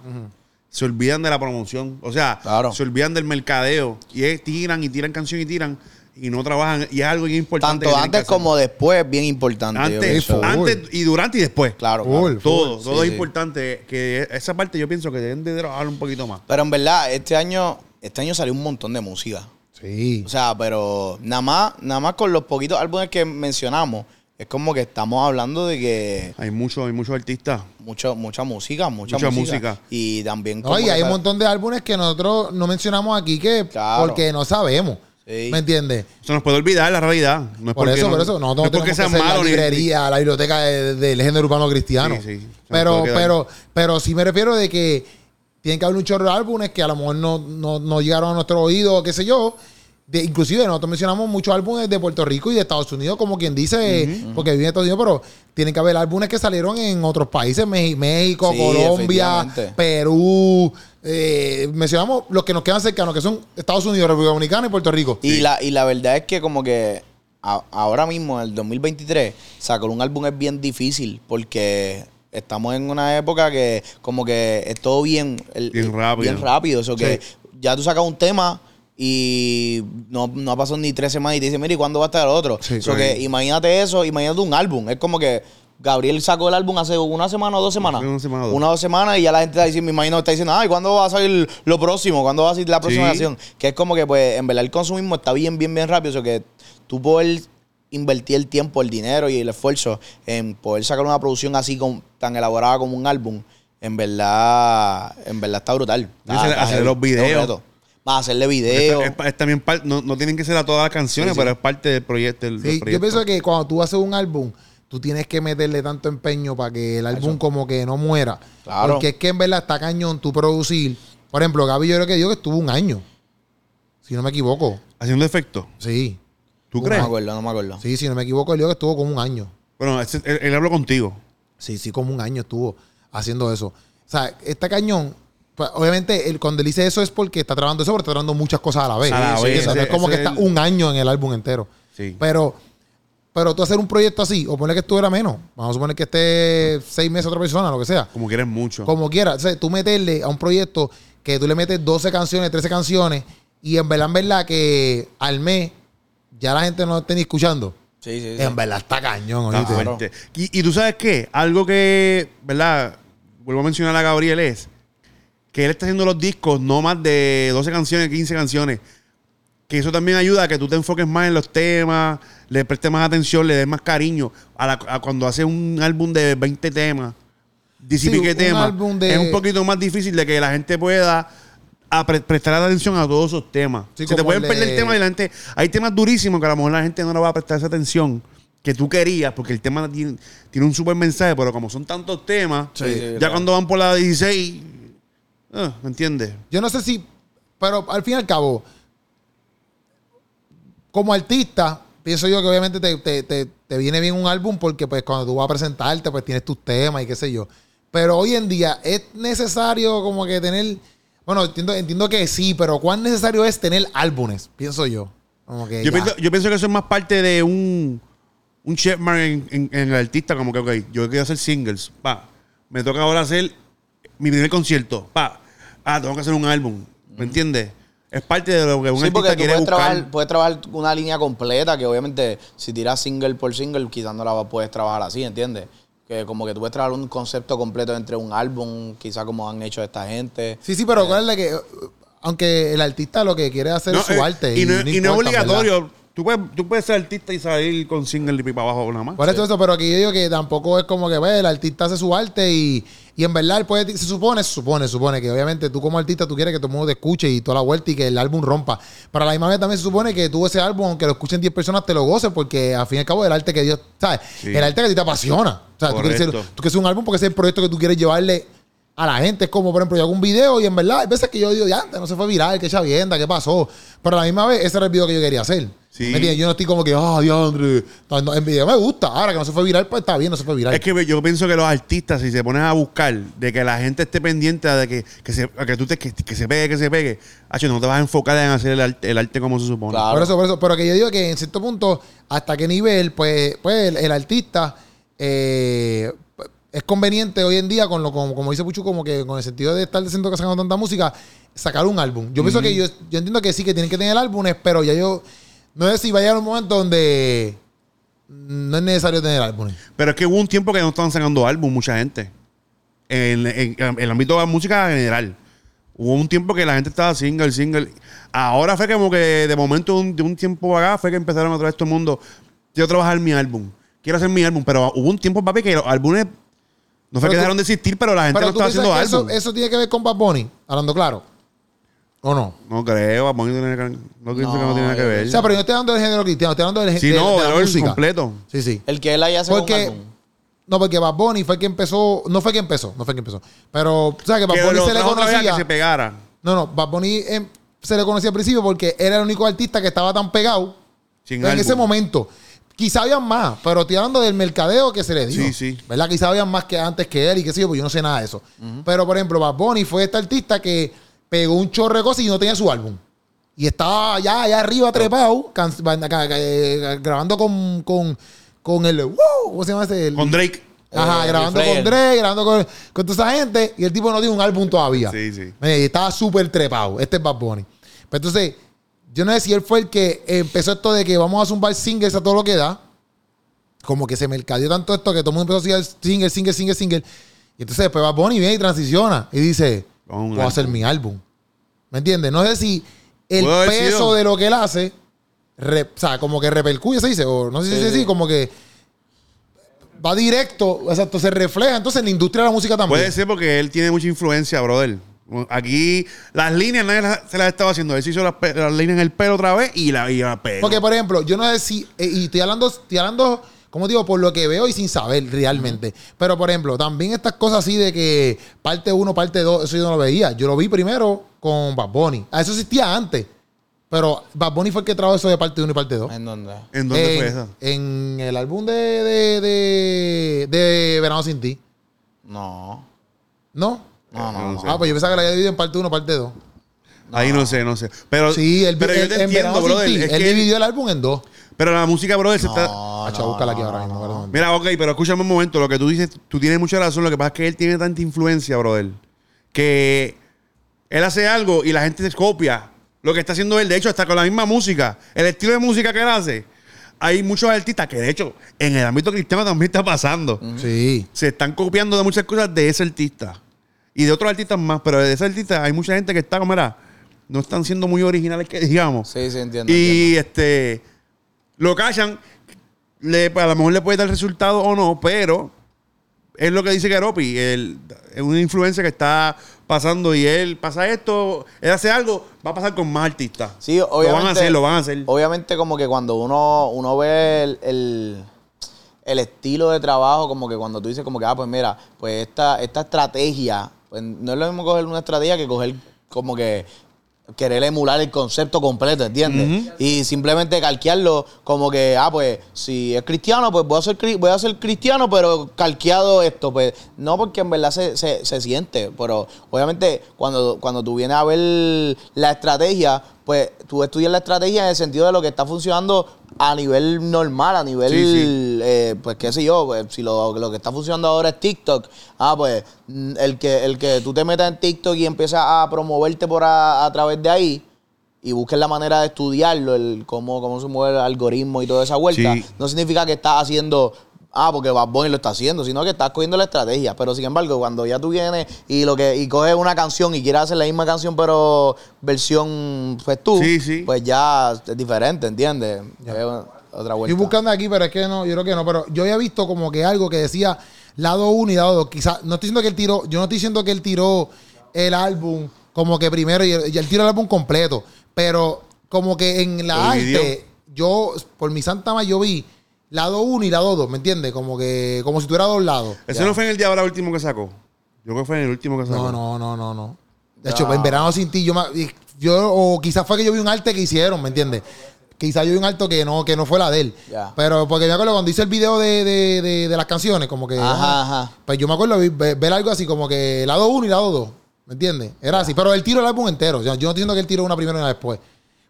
C: se olvidan de la promoción. O sea,
D: Claro.
C: se olvidan del mercadeo. Y es- tiran y tiran canción y tiran y no trabajan. Y es algo bien importante. que
D: Tanto
C: tienen
D: antes
C: que hacer.
D: como después, bien importante. yo
C: Antes,
D: pienso.
B: full.
C: antes y durante y después.
D: Claro,
B: Full.
D: claro.
C: Todo,
D: Sí,
C: todo es
D: sí.
C: importante. Que esa parte yo pienso que deben de trabajar un poquito más.
D: Pero en verdad, este año, este año salió un montón de música.
B: Sí.
D: O sea, pero nada más, nada más con los poquitos álbumes que mencionamos, es como que estamos hablando de que
C: Hay muchos, hay muchos artistas.
D: mucha, mucha música, mucha,
C: Mucha
D: música.
C: música.
D: Y también
B: No,
D: como
B: y
D: que
B: hay un
D: para-
B: montón de álbumes que nosotros no mencionamos aquí que
D: Claro.
B: porque no sabemos.
D: Sí.
B: ¿Me entiendes?
C: Se nos puede olvidar la realidad. No es
B: Por
C: porque
B: eso,
C: no-
B: por eso. No,
C: no es porque
B: tenemos que
C: sean
B: hacer
C: malos
B: la
C: ni-
B: librería, la biblioteca de- del género urbano cristiano.
C: Sí, sí. Se nos
B: Pero,
C: puede quedar.
B: pero, pero sí me refiero de que tienen que haber un chorro de álbumes que a lo mejor no, no, no llegaron a nuestro oído, qué sé yo. De, inclusive nosotros mencionamos muchos álbumes de Puerto Rico y de Estados Unidos, como quien dice, porque viven en Estados Unidos, pero tienen que haber álbumes que salieron en otros países, Meji- México,
D: Sí,
B: Colombia,
D: efectivamente.
B: Perú. eh, mencionamos los que nos quedan cercanos, que son Estados Unidos, República Dominicana y Puerto Rico.
D: Y, la, y la verdad es que como que a- ahora mismo, en el 2023, sacar un álbum es bien difícil porque estamos en una época que como que es todo bien, el-
C: Bien
D: el-
C: rápido.
D: Bien rápido. Eso que
B: Sí.
D: ya tú sacas un tema y no, no ha pasado ni tres semanas y te dicen, mire, ¿y cuándo va a estar el otro?
B: Sí,
D: eso
C: sí.
D: que imagínate eso, imagínate un álbum. Es como que Gabriel sacó el álbum hace una semana o dos semanas.
C: Una semana o dos.
D: Una o dos semanas y ya la gente está diciendo, me imagino está diciendo, ay, ¿cuándo va a salir lo próximo? ¿Cuándo va a salir la próxima
C: Sí.
D: canción? Que es como que, pues, en verdad el consumismo está bien, bien, bien rápido. O sea, que tú poder invertir el tiempo, el dinero y el esfuerzo en poder sacar una producción así con- tan elaborada como un álbum, en verdad, en verdad está brutal.
C: Y hacer-
D: Está- está
C: hacer
D: heavy.
C: los videos.
D: Es un reto. Más hacerle
C: Esto
D: videos.
C: es, es también parte, no, no tienen que ser a todas las canciones,
D: Sí, sí.
C: pero es parte del proyecto. del-
B: Sí,
C: del
B: yo
C: proyecto.
B: pienso que cuando tú haces un álbum, tú tienes que meterle tanto empeño para que el álbum como que no muera.
D: Claro.
B: Porque es que en verdad está cañón tú producir. Por ejemplo, Gaby yo creo que dijo que estuvo un año. Si no me equivoco.
C: Haciendo efecto.
B: Sí.
C: ¿Tú
D: no
C: crees?
D: me acuerdo, no me acuerdo.
B: Sí, si no me equivoco, él dijo que estuvo como un año.
C: Bueno, ese- él, él habló contigo.
B: Sí, sí, como un año estuvo haciendo eso. O sea, está cañón. Pues, obviamente, él, cuando él dice eso es porque está trabajando eso, pero está trabajando muchas cosas a la vez.
C: A la
B: Sí,
C: vez,
B: o sea, no es
C: ese-
B: como que
C: ese
B: está
C: es el-
B: un año en el álbum entero.
C: Sí.
B: Pero, pero tú hacer un proyecto así, o poner que estuviera menos, vamos a suponer que esté seis meses otra persona, lo que sea.
C: Como quieres mucho.
B: Como quiera. O sea, tú meterle a un proyecto que tú le metes 12 canciones, 13 canciones, y en verdad, en verdad, que al mes ya la gente no lo esté ni escuchando.
D: Sí, sí, sí.
B: En verdad está cañón,
C: Está
B: oíste.
D: Claro.
C: fuerte. Y, y tú sabes qué? Algo que, ¿verdad? Vuelvo a mencionar a Gabriel es que él está haciendo los discos no más de 12 canciones, 15 canciones. Que eso también ayuda a que tú te enfoques más en los temas, le prestes más atención, le des más cariño a, la- a cuando haces un álbum de 20 temas, 17
B: Sí, un
C: temas.
B: álbum de-
C: Es un poquito más difícil de que la gente pueda a pre- prestar atención a todos esos temas.
B: Sí,
C: Se te
B: como
C: pueden
B: el
C: perder
B: de-
C: temas y la gente. Hay temas durísimos que a lo mejor la gente no le va a prestar esa atención que tú querías, porque el tema tiene, tiene un súper mensaje, pero como son tantos temas, eh,
D: Sí, sí,
C: ya
D: claro.
C: cuando van por la 16, ah, ¿me entiendes?
B: Yo no sé si, pero al fin y al cabo, como artista, pienso yo que obviamente te, te- te- te viene bien un álbum porque pues cuando tú vas a presentarte, pues tienes tus temas y qué sé yo. Pero hoy en día es necesario como que tener, bueno, entiendo, entiendo que sí, pero ¿cuán necesario es tener álbumes? Pienso yo. Como que
C: Yo
B: Eh, ya.
C: pienso, yo pienso que eso es más parte de un, un checkmark en, en- en el artista, como que, ok, yo quiero hacer singles, pa. Me toca ahora hacer mi primer concierto, pa. Ah, tengo que hacer un álbum, ¿me entiendes? Es parte de lo que un
D: Sí,
C: artista
D: porque tú
C: quiere
D: puedes
C: buscar.
D: trabajar, puedes trabajar una línea completa que obviamente si tiras single por single quizás no la va- puedes trabajar así, ¿entiendes? Que como que tú puedes trabajar un concepto completo entre un álbum, quizás como han hecho esta gente.
B: Sí, sí, pero acuérdate que, eh, aunque el artista lo que quiere es hacer
C: No,
B: es su
C: eh,
B: arte.
C: Y, no, y no es
B: importa, ¿verdad?
C: obligatorio. Tú puedes, tú puedes ser artista y salir con single y pipa abajo nada más.
B: Por eso, eso, pero aquí yo digo que tampoco es como que pues, el artista hace su arte y, y en verdad él puede- se supone, se supone, se supone que obviamente tú como artista tú quieres que todo el mundo te escuche y toda la vuelta y que el álbum rompa. Pero a la misma vez también se supone que tú ese álbum, aunque lo escuchen 10 personas, te lo goces porque al fin y al cabo el arte que Dios, ¿sabes?
C: Sí.
B: El arte que a ti te apasiona. O sea, tú quieres, ser-
C: Correcto.
B: tú quieres ser un álbum porque ese es el proyecto que tú quieres llevarle a la gente. Es como, por ejemplo, yo hago un video y en verdad hay veces que yo digo, ya, no se fue viral, qué chavienda, qué pasó. Pero a la misma vez ese era el video que yo quería hacer.
C: Sí.
B: ¿Me entiendes? Yo no estoy como que, ah, diandre. No, no, en video me gusta. Ahora que no se fue viral, pues está bien, no se fue viral.
C: Es que yo pienso que los artistas, si se pones a buscar de que la gente esté pendiente de que, que, se, a que tú te, que, que se pegue, que se pegue, hacho, no te vas a enfocar en hacer el arte, el arte como se supone.
D: Claro.
B: Por eso, por eso. Pero que yo digo que en cierto punto, hasta qué nivel, pues, pues el, el artista eh, es conveniente hoy en día, con lo, como, como dice Puchu, como que con el sentido de estar diciendo que sacando tanta música, sacar un álbum. Yo pienso que yo, yo entiendo que sí, que tienen que tener álbumes, pero ya yo no sé si va a llegar un momento donde no es necesario tener álbumes.
C: Pero es que hubo un tiempo que no estaban sacando álbum mucha gente. En, en- en el ámbito de la música general. Hubo un tiempo que la gente estaba single, single. Ahora fue como que de momento un- de un tiempo acá fue que empezaron otra vez todo el mundo. Quiero trabajar mi álbum. Quiero hacer mi álbum. Pero hubo un tiempo, papi, que los álbumes no
B: Pero
C: fue que
B: tú-
C: dejaron de existir, pero la gente no
B: Pero tú
C: estaba
B: piensas
C: haciendo
B: que eso,
C: álbum.
B: eso tiene que ver con Bad Bunny, hablando claro. ¿O no?
C: No creo, Bad Bunny no tiene que- no pienso que no tiene nada que ver.
B: O sea, pero yo no estoy hablando del género cristiano, estoy hablando del
C: si
B: género
C: no,
B: de la
C: el álbum
B: música.
C: completo.
B: Sí, sí.
D: El que él haya sacado un
B: Porque.
D: álbum.
B: No, porque Bad Bunny fue el que empezó. No fue el que empezó, no fue el que empezó. Pero, tú ¿sabes? Que Bad
C: Que
B: Bunny
C: lo
B: se le
C: trajo otra vez a
B: conocía.
C: que se pegara.
B: No, no, Bad Bunny eh, se le conocía al principio porque era el único artista que estaba tan pegado
C: Sin
B: en ese
C: álbum.
B: momento. Quizá habían más, pero estoy hablando del mercadeo que se le dio.
C: Sí, sí.
B: ¿Verdad? Quizá habían más que antes que él y qué sé yo, pues yo no sé nada de eso. Pero, por ejemplo, Bad Bunny fue este artista que pegó un chorro de cosas y no tenía su álbum. Y estaba allá, allá arriba trepado, can- ca- ca- ca- grabando con, con, con el... ¡Wow! ¿Cómo se llama ese? El-
C: Con Drake.
B: Ajá,
D: Eh,
B: grabando
D: Flyer.
B: con Dre, grabando con, con toda esa gente. Y el tipo no tiene un álbum todavía.
C: Sí, sí.
B: Eh, y estaba súper trepado. Este es Bad Bunny. Pero entonces, yo no sé si él fue el que empezó esto de que vamos a zumbar singles a todo lo que da. Como que se mercadeó tanto esto que todo el mundo empezó a hacer single, single, single, single. Y entonces después Bad Bunny viene y transiciona y dice,
C: Con un
B: voy a hacer
C: álbum".
B: mi álbum. ¿Me entiendes? No sé si el
C: Puede haber
B: peso
C: sido.
B: de lo que él hace, re- o sea, como que repercute, se dice, o no sé si
D: Sí,
B: se dice
D: sí.
B: así, como que va directo, exacto, se refleja entonces en la industria de la música también.
C: Puede ser porque él tiene mucha influencia, brother. Aquí las líneas nadie las- se las estaba haciendo. Él se hizo las, pe- las líneas en el pelo otra vez y la, y la
B: pues,
C: pelo.
B: Porque, por ejemplo, yo no sé si, eh, y estoy hablando, estoy hablando como digo, por lo que veo y sin saber realmente. Pero, por ejemplo, también estas cosas así de que parte 1, parte 2, eso yo no lo veía. Yo lo vi primero con Bad Bunny. Ah, Eso existía antes. Pero Bad Bunny fue el que trajo eso de parte 1 y parte 2.
D: ¿En dónde?
C: ¿En dónde
B: en,
C: fue esa?
B: En el álbum de, de, de, de Verano Sin Ti.
D: No.
B: ¿No?
D: No, no,
C: No
D: no.
C: sé.
B: Ah, pues yo pensaba que la había dividido en parte 1, parte 2.
C: Ahí no sé, no sé. Pero,
B: Sí, él,
C: pero yo
B: él-
C: te
B: en
C: entiendo,
B: Verano Sin
C: brother.
B: Ti,
C: Es
B: él
C: que-
B: dividió el álbum en dos.
C: pero la música, brother, se está...
D: No,
B: Hacha,
D: no,
B: búscala aquí
D: no,
B: ahora
D: no,
B: mismo.
D: no.
B: perdón.
C: Mira, ok, pero escúchame un momento. Lo que tú dices, tú tienes mucha razón. Lo que pasa es que él tiene tanta influencia, brother, que él hace algo y la gente se copia lo que está haciendo él. De hecho, hasta con la misma música, el estilo de música que él hace. Hay muchos artistas que, de hecho, en el ámbito cristiano también está pasando.
B: Sí.
C: Se están copiando de muchas cosas de ese artista y de otros artistas más. Pero de ese artista hay mucha gente que está, como era, no están siendo muy originales, que digamos.
D: Sí, sí, entiendo.
C: Y este lo callan. Le, a lo mejor le puede dar resultado o no, pero es lo que dice Garopi. él- Es una influencia que está pasando y él pasa esto, él hace algo, va a pasar con más artistas.
D: Sí,
C: Lo van a
D: obviamente-
C: hacer, lo van a hacer.
D: Obviamente, como que cuando uno, uno ve el, el- el estilo de trabajo, como que cuando tú dices, como que, ah, pues mira, pues esta, esta estrategia, pues no es lo mismo coger una estrategia que coger, como que querer emular el concepto completo, ¿entiendes? Y simplemente calquearlo como que, ah, pues si es cristiano, pues voy a ser, cri- voy a ser cristiano, pero calqueado esto, pues no, porque en verdad se, se- se siente, pero obviamente cuando, cuando tú vienes a ver la estrategia, pues tú estudias la estrategia en el sentido de lo que está funcionando a nivel normal, a nivel
C: Sí, sí.
D: eh, pues qué sé yo, pues, si lo, lo que está funcionando ahora es TikTok, ah, pues mm, el que, el que tú te metas en TikTok y empiezas a promoverte por a, a través de ahí y busques la manera de estudiarlo, el cómo, cómo se mueve el algoritmo y toda esa vuelta,
C: Sí.
D: no significa que estás haciendo, ah, porque Bad Bunny lo está haciendo, sino que estás cogiendo la estrategia. Pero sin embargo, cuando ya tú vienes y lo que y coges una canción y quieres hacer la misma canción, pero versión pues tú,
C: Sí, sí.
D: pues ya es diferente, ¿entiendes? Es una- otra vuelta.
B: Estoy buscando aquí, pero es que no, yo creo que no. Pero yo había visto como que algo que decía lado 1 y lado 2. Quizás, no estoy diciendo que él tiró, yo no estoy diciendo que él tiró el álbum como que primero, y y él tiró el álbum completo. Pero como que en la
C: Lo dividió.
B: arte, yo, por mi santa madre, yo vi lado 1 y lado 2, ¿me entiendes? Como que, como si tuviera dos lados.
C: Ese no fue en el día ahora último que sacó. Yo creo que fue en el último que sacó.
B: No, no, no, no, no. De hecho,
D: Ya.
B: en verano sin ti, yo, me- yo o quizás fue que yo vi un arte que hicieron, ¿me entiendes? Quizás yo vi un arte que no, que no fue la de él.
D: Ya.
B: Pero porque me acuerdo cuando hice el video de, de- de- de las canciones, como que.
D: Ajá,
B: ah,
D: ajá.
B: Pues yo me acuerdo vi- ve- ver, algo así, como que lado uno y lado dos. ¿Me entiendes? Era así. Pero él tiró el álbum entero. O sea, yo no entiendo que él tiró una primero y una después.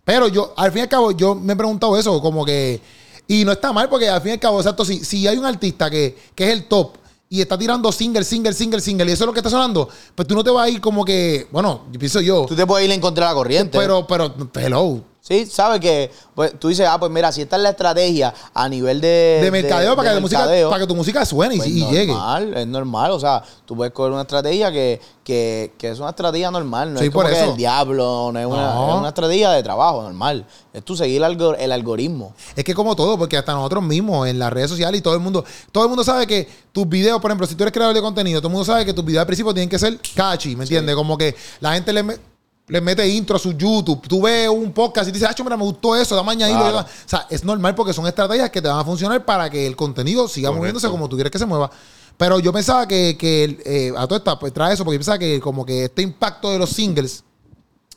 B: Pero yo, al fin y al cabo, yo me he preguntado eso, como que. Y no está mal, porque al fin y al cabo, exacto, si, si hay un artista que, que es el top y está tirando single, single, single, single, y eso es lo que está sonando, pues tú no te vas a ir como que. Bueno, yo pienso yo.
D: Tú te puedes ir en contra de la corriente.
B: Pero, pero, hello.
D: Sí, sabes que pues, tú dices, ah, pues mira, si esta es la estrategia a nivel de.
B: De mercadeo, para, que la música,
D: mercadeo,
B: para que tu música suene y-
D: pues,
B: y, llegue.
D: normal, Es normal, o sea, tú puedes coger una estrategia que, que, que es una estrategia normal, no
B: Sí,
D: es como
B: por
D: que
B: eso.
D: el diablo, no es, una,
B: No.
D: es una estrategia de trabajo normal. Es tú seguir el, algor- el algoritmo.
B: Es que como todo, porque hasta nosotros mismos en las redes sociales y todo el mundo, todo el mundo sabe que tus videos, por ejemplo, si tú eres creador de contenido, todo el mundo sabe que tus videos al principio tienen que ser catchy, ¿me entiendes? Como que la gente le, me- le mete intro a su YouTube, tú ves un podcast y dices, ah, mira, me gustó eso, dame añadirlo.
D: Claro.
B: O sea, es normal porque son estrategias que te van a funcionar para que el contenido siga
C: Correcto.
B: moviéndose como tú quieres que se mueva. Pero yo pensaba que, que eh, a toda esta, pues trae eso, porque yo pensaba que como que este impacto de los singles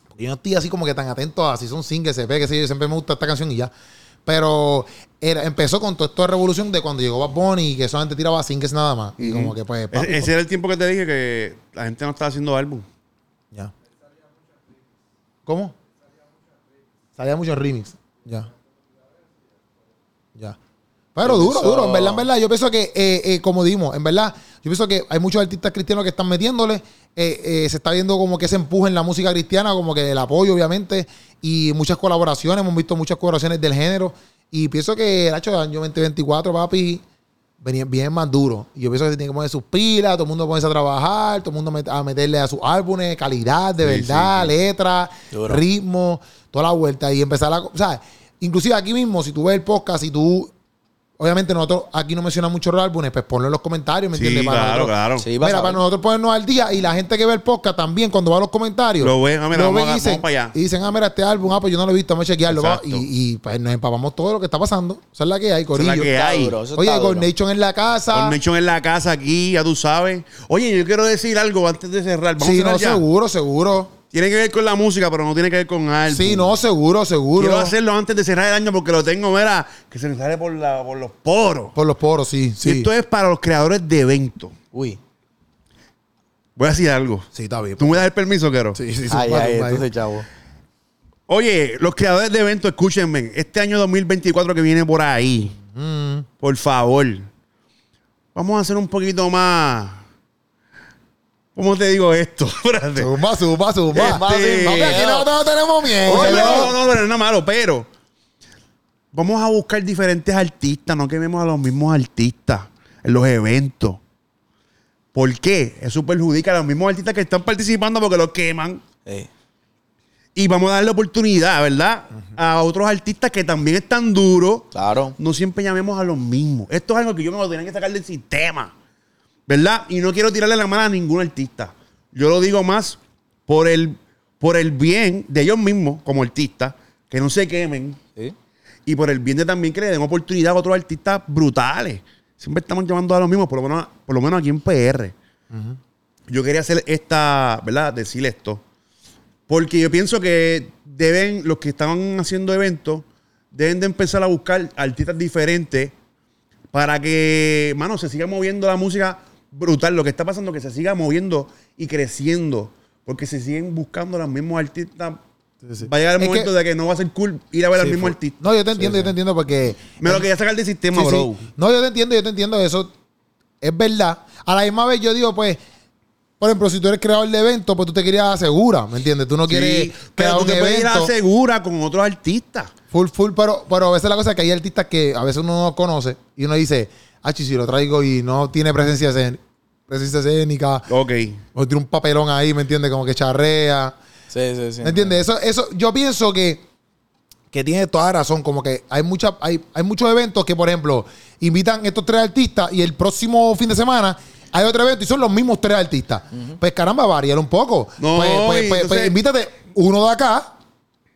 B: porque yo no estoy así como que tan atento a si son singles, EP, qué sé yo. Siempre me gusta esta canción y ya. Pero era- empezó con toda esta revolución de cuando llegó Bad Bunny y que solamente tiraba singles nada más. Y como que pues...
C: Ese-
B: papi,
C: E-, ese, era el tiempo que te dije que la gente no estaba haciendo álbum.
B: Ya. ¿Cómo? Salía mucho en remix. Ya. Ya. Pero
D: Yo
B: duro,
D: pienso-
B: duro. En verdad, en verdad, yo pienso que, eh, eh, como dimos, en verdad, yo pienso que hay muchos artistas cristianos que están metiéndole. eh, eh, se está viendo como que se empuje en la música cristiana, como que el apoyo, obviamente, y muchas colaboraciones. Hemos visto muchas colaboraciones del género. Y pienso que el hecho del año 2024, papi, venía bien más duro. Y yo pienso que se tiene que poner sus pilas, todo el mundo ponerse a trabajar, todo el mundo met- a meterle a sus álbumes, calidad, de
C: Sí,
B: verdad,
C: sí,
B: letra,
D: Duro.
B: ritmo, toda la vuelta. Y empezar a. O sea, inclusive aquí mismo, si tú ves el podcast, si tú. Obviamente nosotros aquí no mencionamos muchos álbumes, pues ponlo en los comentarios, ¿me
C: Sí,
B: entiendes? Para
C: claro,
B: nosotros-
C: claro.
D: Sí, vas
B: Mira,
D: a
B: para
D: ver.
B: nosotros ponernos al día y la gente que ve el podcast también, cuando va a los comentarios,
C: Lo ve, ah, mira, vamos a- vamos para allá.
B: y dicen, ah, mira, este álbum, ah, pues yo no lo he visto, vamos a chequearlo. va.
C: Exacto.
B: Y, y, pues, nos empapamos todo lo que está pasando. Esa es la que hay,
C: Esa es
B: Corillo.
C: la que
D: Está
C: hay.
D: duro, eso
B: Oye,
D: está
B: con
D: duro.
B: Nation en la casa.
C: Cornation en la casa aquí, ya tú sabes. Oye, yo quiero decir algo antes de cerrar. Vamos a
B: Sí,
C: cerrar
B: no,
C: ya.
B: seguro, seguro.
C: Tiene que ver con la música, pero no tiene que ver con algo.
B: Sí, no, seguro, seguro.
C: Quiero hacerlo antes de cerrar el año porque lo tengo, mira, que se me sale por, la- por los poros.
B: Por los poros, sí, sí.
C: Esto es para los creadores de eventos.
D: Uy.
C: Voy a decir algo.
B: Sí, está bien.
C: ¿Tú me das el permiso, Quero?
B: Sí, sí, sí.
D: Ay,
B: vale,
D: ay,
B: vale.
D: entonces, chavo.
C: Oye, los creadores de eventos, escúchenme. Este año 2024 que viene por ahí,
B: Mm.
C: por favor, vamos a hacer un poquito más. ¿Cómo te digo esto? Espérate.
B: Zumba, zumba, zumba.
C: Este-
B: Papi, aquí no, no tenemos miedo.
C: Oye, no,
B: ¿no?
C: no, no, no, no, malo, pero vamos a buscar diferentes artistas, no quememos a los mismos artistas en los eventos. ¿Por qué? Eso perjudica a los mismos artistas que están participando porque los queman.
D: Eh,
C: Y vamos a darle oportunidad, ¿verdad? A otros artistas que también están duros.
D: claro.
C: No siempre llamemos a los mismos. Esto es algo que yo me lo tenía que sacar del sistema. ¿Verdad? Y no quiero tirarle la mano a ningún artista. Yo lo digo más por el, por el bien de ellos mismos como artistas, que no se quemen.
D: Sí.
C: Y por el bien de también que le den oportunidad a otros artistas brutales. Siempre estamos llamando a los mismos, por lo menos, por lo menos aquí en PR. Yo quería hacer esta, ¿verdad? Decir esto. Porque yo pienso que deben, los que estaban haciendo eventos, deben de empezar a buscar artistas diferentes para que, mano, se siga moviendo la música brutal. Lo que está pasando es que se siga moviendo y creciendo. Porque se siguen buscando los mismos artistas. Va a llegar el
B: Es
C: momento
B: que-
C: de que no va a ser cool ir a ver al
B: Sí,
C: mismo
B: fue-
C: artista.
B: No, yo te entiendo, yo te entiendo porque.
C: Me lo quería sacar del sistema,
B: Sí,
C: bro.
B: sí. No, yo te entiendo, yo te entiendo eso. Es verdad. A la misma vez yo digo, pues, por ejemplo, si tú eres creador de eventos, pues tú te querías asegurar, ¿me entiendes? Tú no quieres
C: Sí,
B: crear
C: pero tú
B: un
C: te puedes ir a
B: evento
C: segura con otros artistas.
B: full, full, pero, pero a veces la cosa es que hay artistas que a veces uno no conoce y uno dice, ah, chi, si lo traigo y no tiene presencia escénica, presencia escénica
C: Ok.
B: o tiene un papelón ahí, ¿me entiendes? Como que charrea.
D: Sí, sí, sí.
B: ¿Me entiendes? Eso, eso, yo pienso que, que tiene toda razón. Como que hay, mucha, hay, hay muchos eventos que, por ejemplo, invitan estos tres artistas y el próximo fin de semana hay otro evento y son los mismos tres artistas. Pues caramba, variar un poco.
C: No,
B: pues, pues, pues-
C: y
B: pues
C: entonces-
B: invítate uno de acá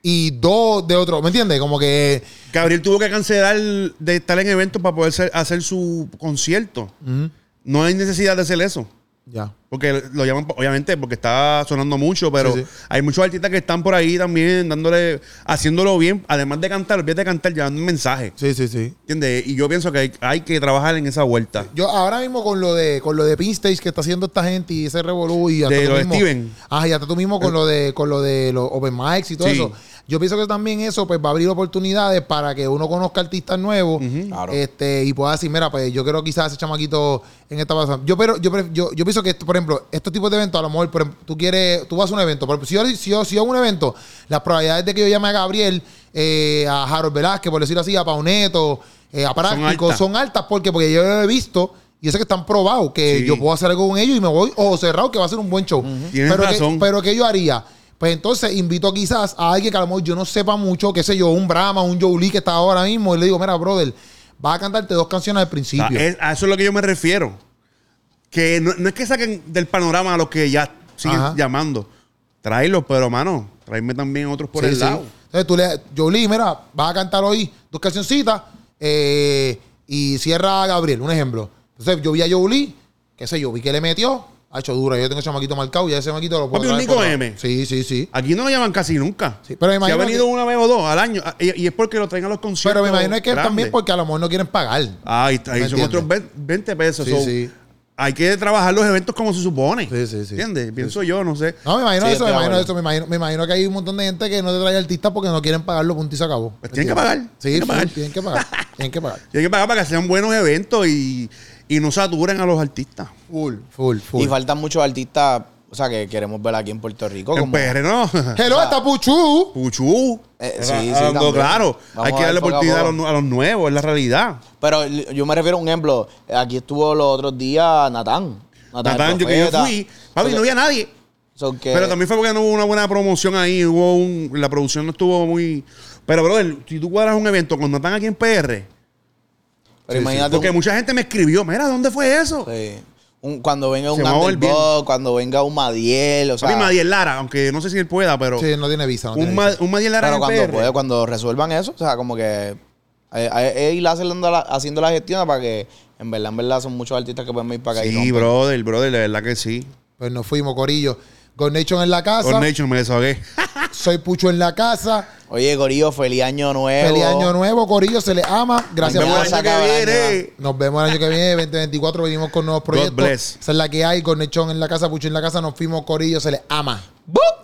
B: y dos de otro. ¿Me entiendes? Como que.
C: Gabriel tuvo que cancelar de estar en eventos para poder ser- hacer su concierto. No hay necesidad de hacer eso.
B: Ya.
C: Porque lo llaman, obviamente, porque está sonando mucho, pero
B: Sí, sí.
C: hay muchos artistas que están por ahí también dándole, haciéndolo bien, además de cantar, olvídate de cantar, llevando un mensaje.
B: Sí, sí, sí.
C: ¿Entiendes? Y yo pienso que hay, hay que trabajar en esa vuelta.
B: Yo ahora mismo con lo de con lo de Pinstage que está haciendo esta gente y ese revolú y hasta
C: De
B: tú
C: lo de
B: mismo-
C: Steven. Eh.
B: Ajá, y hasta tú mismo con lo de con lo de los open mics y todo
C: Sí.
B: eso. Yo pienso que también eso pues va a abrir oportunidades para que uno conozca artistas nuevos
D: Claro.
B: este y pueda decir, mira, pues yo creo quizás ese chamaquito en esta pasada. Yo pero yo, pref- yo yo pienso que esto, por ejemplo, estos tipos de eventos a lo mejor por ejemplo, tú quieres tú vas a un evento, por ejemplo, si yo si yo, si yo hago un evento, las probabilidades de que yo llame a Gabriel eh, a Harold Velázquez, por decirlo así, a Pauneto, eh, a Práctico,
C: altas.
B: son altas porque porque yo lo he visto y yo sé que están probados que
C: Sí.
B: yo puedo hacer algo con ellos y me voy o cerrado que va a ser un buen show
C: Tienes
B: pero
C: razón.
B: que, pero que yo haría pues entonces invito quizás a alguien que a lo mejor yo no sepa mucho qué sé yo un Brahma un Joe Lee que está ahora mismo y le digo mira brother vas a cantarte dos canciones al
C: Ah,
B: principio
C: es- a eso es lo que yo me refiero. Que no, no es que saquen del panorama a los que ya siguen
B: Ajá.
C: llamando. Tráelos, pero mano, tráeme también otros por
B: Sí,
C: el
B: sí.
C: lado.
B: entonces tú le Joe Lee mira vas a cantar hoy dos cancioncitas eh, y cierra a Gabriel un ejemplo entonces yo vi a Joe Lee qué sé yo vi que le metió ha hecho dura yo tengo ese maquito marcado y ese maquito lo puedo
C: Papi, un
B: traer por
C: Nico
B: la-
C: M.
B: sí sí sí
C: Aquí no lo llaman casi nunca.
B: Sí, pero me
C: Si
B: imagino
C: ha venido
B: que-
C: una vez o dos al año. ah, Y, y es porque lo traen a los conciertos.
B: Pero me imagino que
C: grandes.
B: también porque a lo mejor no quieren pagar.
C: Ah, ahí está, ahí
B: ¿Me
C: son otros
B: entiendes?
C: 20 20 pesos.
B: Sí,
C: So,
B: sí.
C: Hay que trabajar los eventos como se supone.
B: Sí, sí, sí.
C: ¿Entiendes? Pienso yo, no sé.
B: No, me imagino
D: Sí,
B: eso, me
D: estoy de
B: imagino
D: acuerdo.
B: eso, me imagino, me imagino que hay un montón de gente que no te trae artistas porque no quieren pagarlo, punto y se acabó.
C: Pues tienen que pagar,
B: Sí,
C: tienen que
B: sí,
C: pagar.
B: tienen que pagar. tienen que pagar.
C: Y hay que pagar para que sean buenos eventos y, y no saturen a los artistas.
B: Full, full, full.
D: Y faltan muchos artistas, o sea, que queremos ver aquí en Puerto Rico.
C: En
D: como-
C: PR, ¿no?
B: Hello, está Puchu.
C: Puchu.
D: Eh,
C: Ra-
D: sí, sí,
C: hablando
D: también.
C: claro.
D: Vamos
C: hay que
D: a ver
C: darle
D: poco a
C: oportunidad a
D: poco.
C: los, nu- a los nuevos, es la realidad.
D: Pero l- yo me refiero a un ejemplo. Aquí estuvo los otros días Natán. Natán, el
C: Natán, yo que yo
D: profeta.
C: fui, papi,
D: So
C: no
D: que-
C: había nadie.
D: so que-
C: Pero también fue porque no hubo una buena promoción ahí. Hubo un, la producción no estuvo muy. Pero, brother, si tú cuadras un evento con Natán aquí en PR,
D: Pero
B: Sí,
D: imagínate.
C: Porque
D: un-
C: mucha gente me escribió, mira, ¿dónde fue eso?
D: sí. Un- cuando venga
C: Se
D: un
C: va a
D: underdog,
C: volver.
D: cuando venga un Madiel, o sea.
C: Papi, Madiel Lara, aunque no sé si él pueda, pero
B: Sí, no tiene visa. no tiene
C: un, Ma-
B: visa.
C: un Madiel Lara
D: Pero
C: en
D: cuando
C: PR.
D: puede, cuando resuelvan eso, o sea, como que eh, eh, él haciendo la, haciendo la gestión para que, en verdad, en verdad, son muchos artistas que pueden ir para acá. y
C: Sí,
D: romper.
C: brother, brother, de verdad que sí.
B: Pues nos fuimos, Corillo. God Nation en la casa.
C: Ornation me desahogué.
D: Ah,
B: Soy Pucho en la casa.
D: Oye, Corillo, feliz año nuevo.
B: Feliz año nuevo, Corillo. Se le ama. Gracias
D: Nos
B: por
D: vemos
C: Vamos
D: se
C: al año
D: acaba
C: que
D: el año,
C: viene.
B: Nos vemos el año que viene, 2024. Venimos con nuevos proyectos.
C: bless.
B: Esa es la que hay. Con Nechón en la casa, Pucho en la casa. Nos fuimos, Corillo. Se les ama.
D: ¡Bup!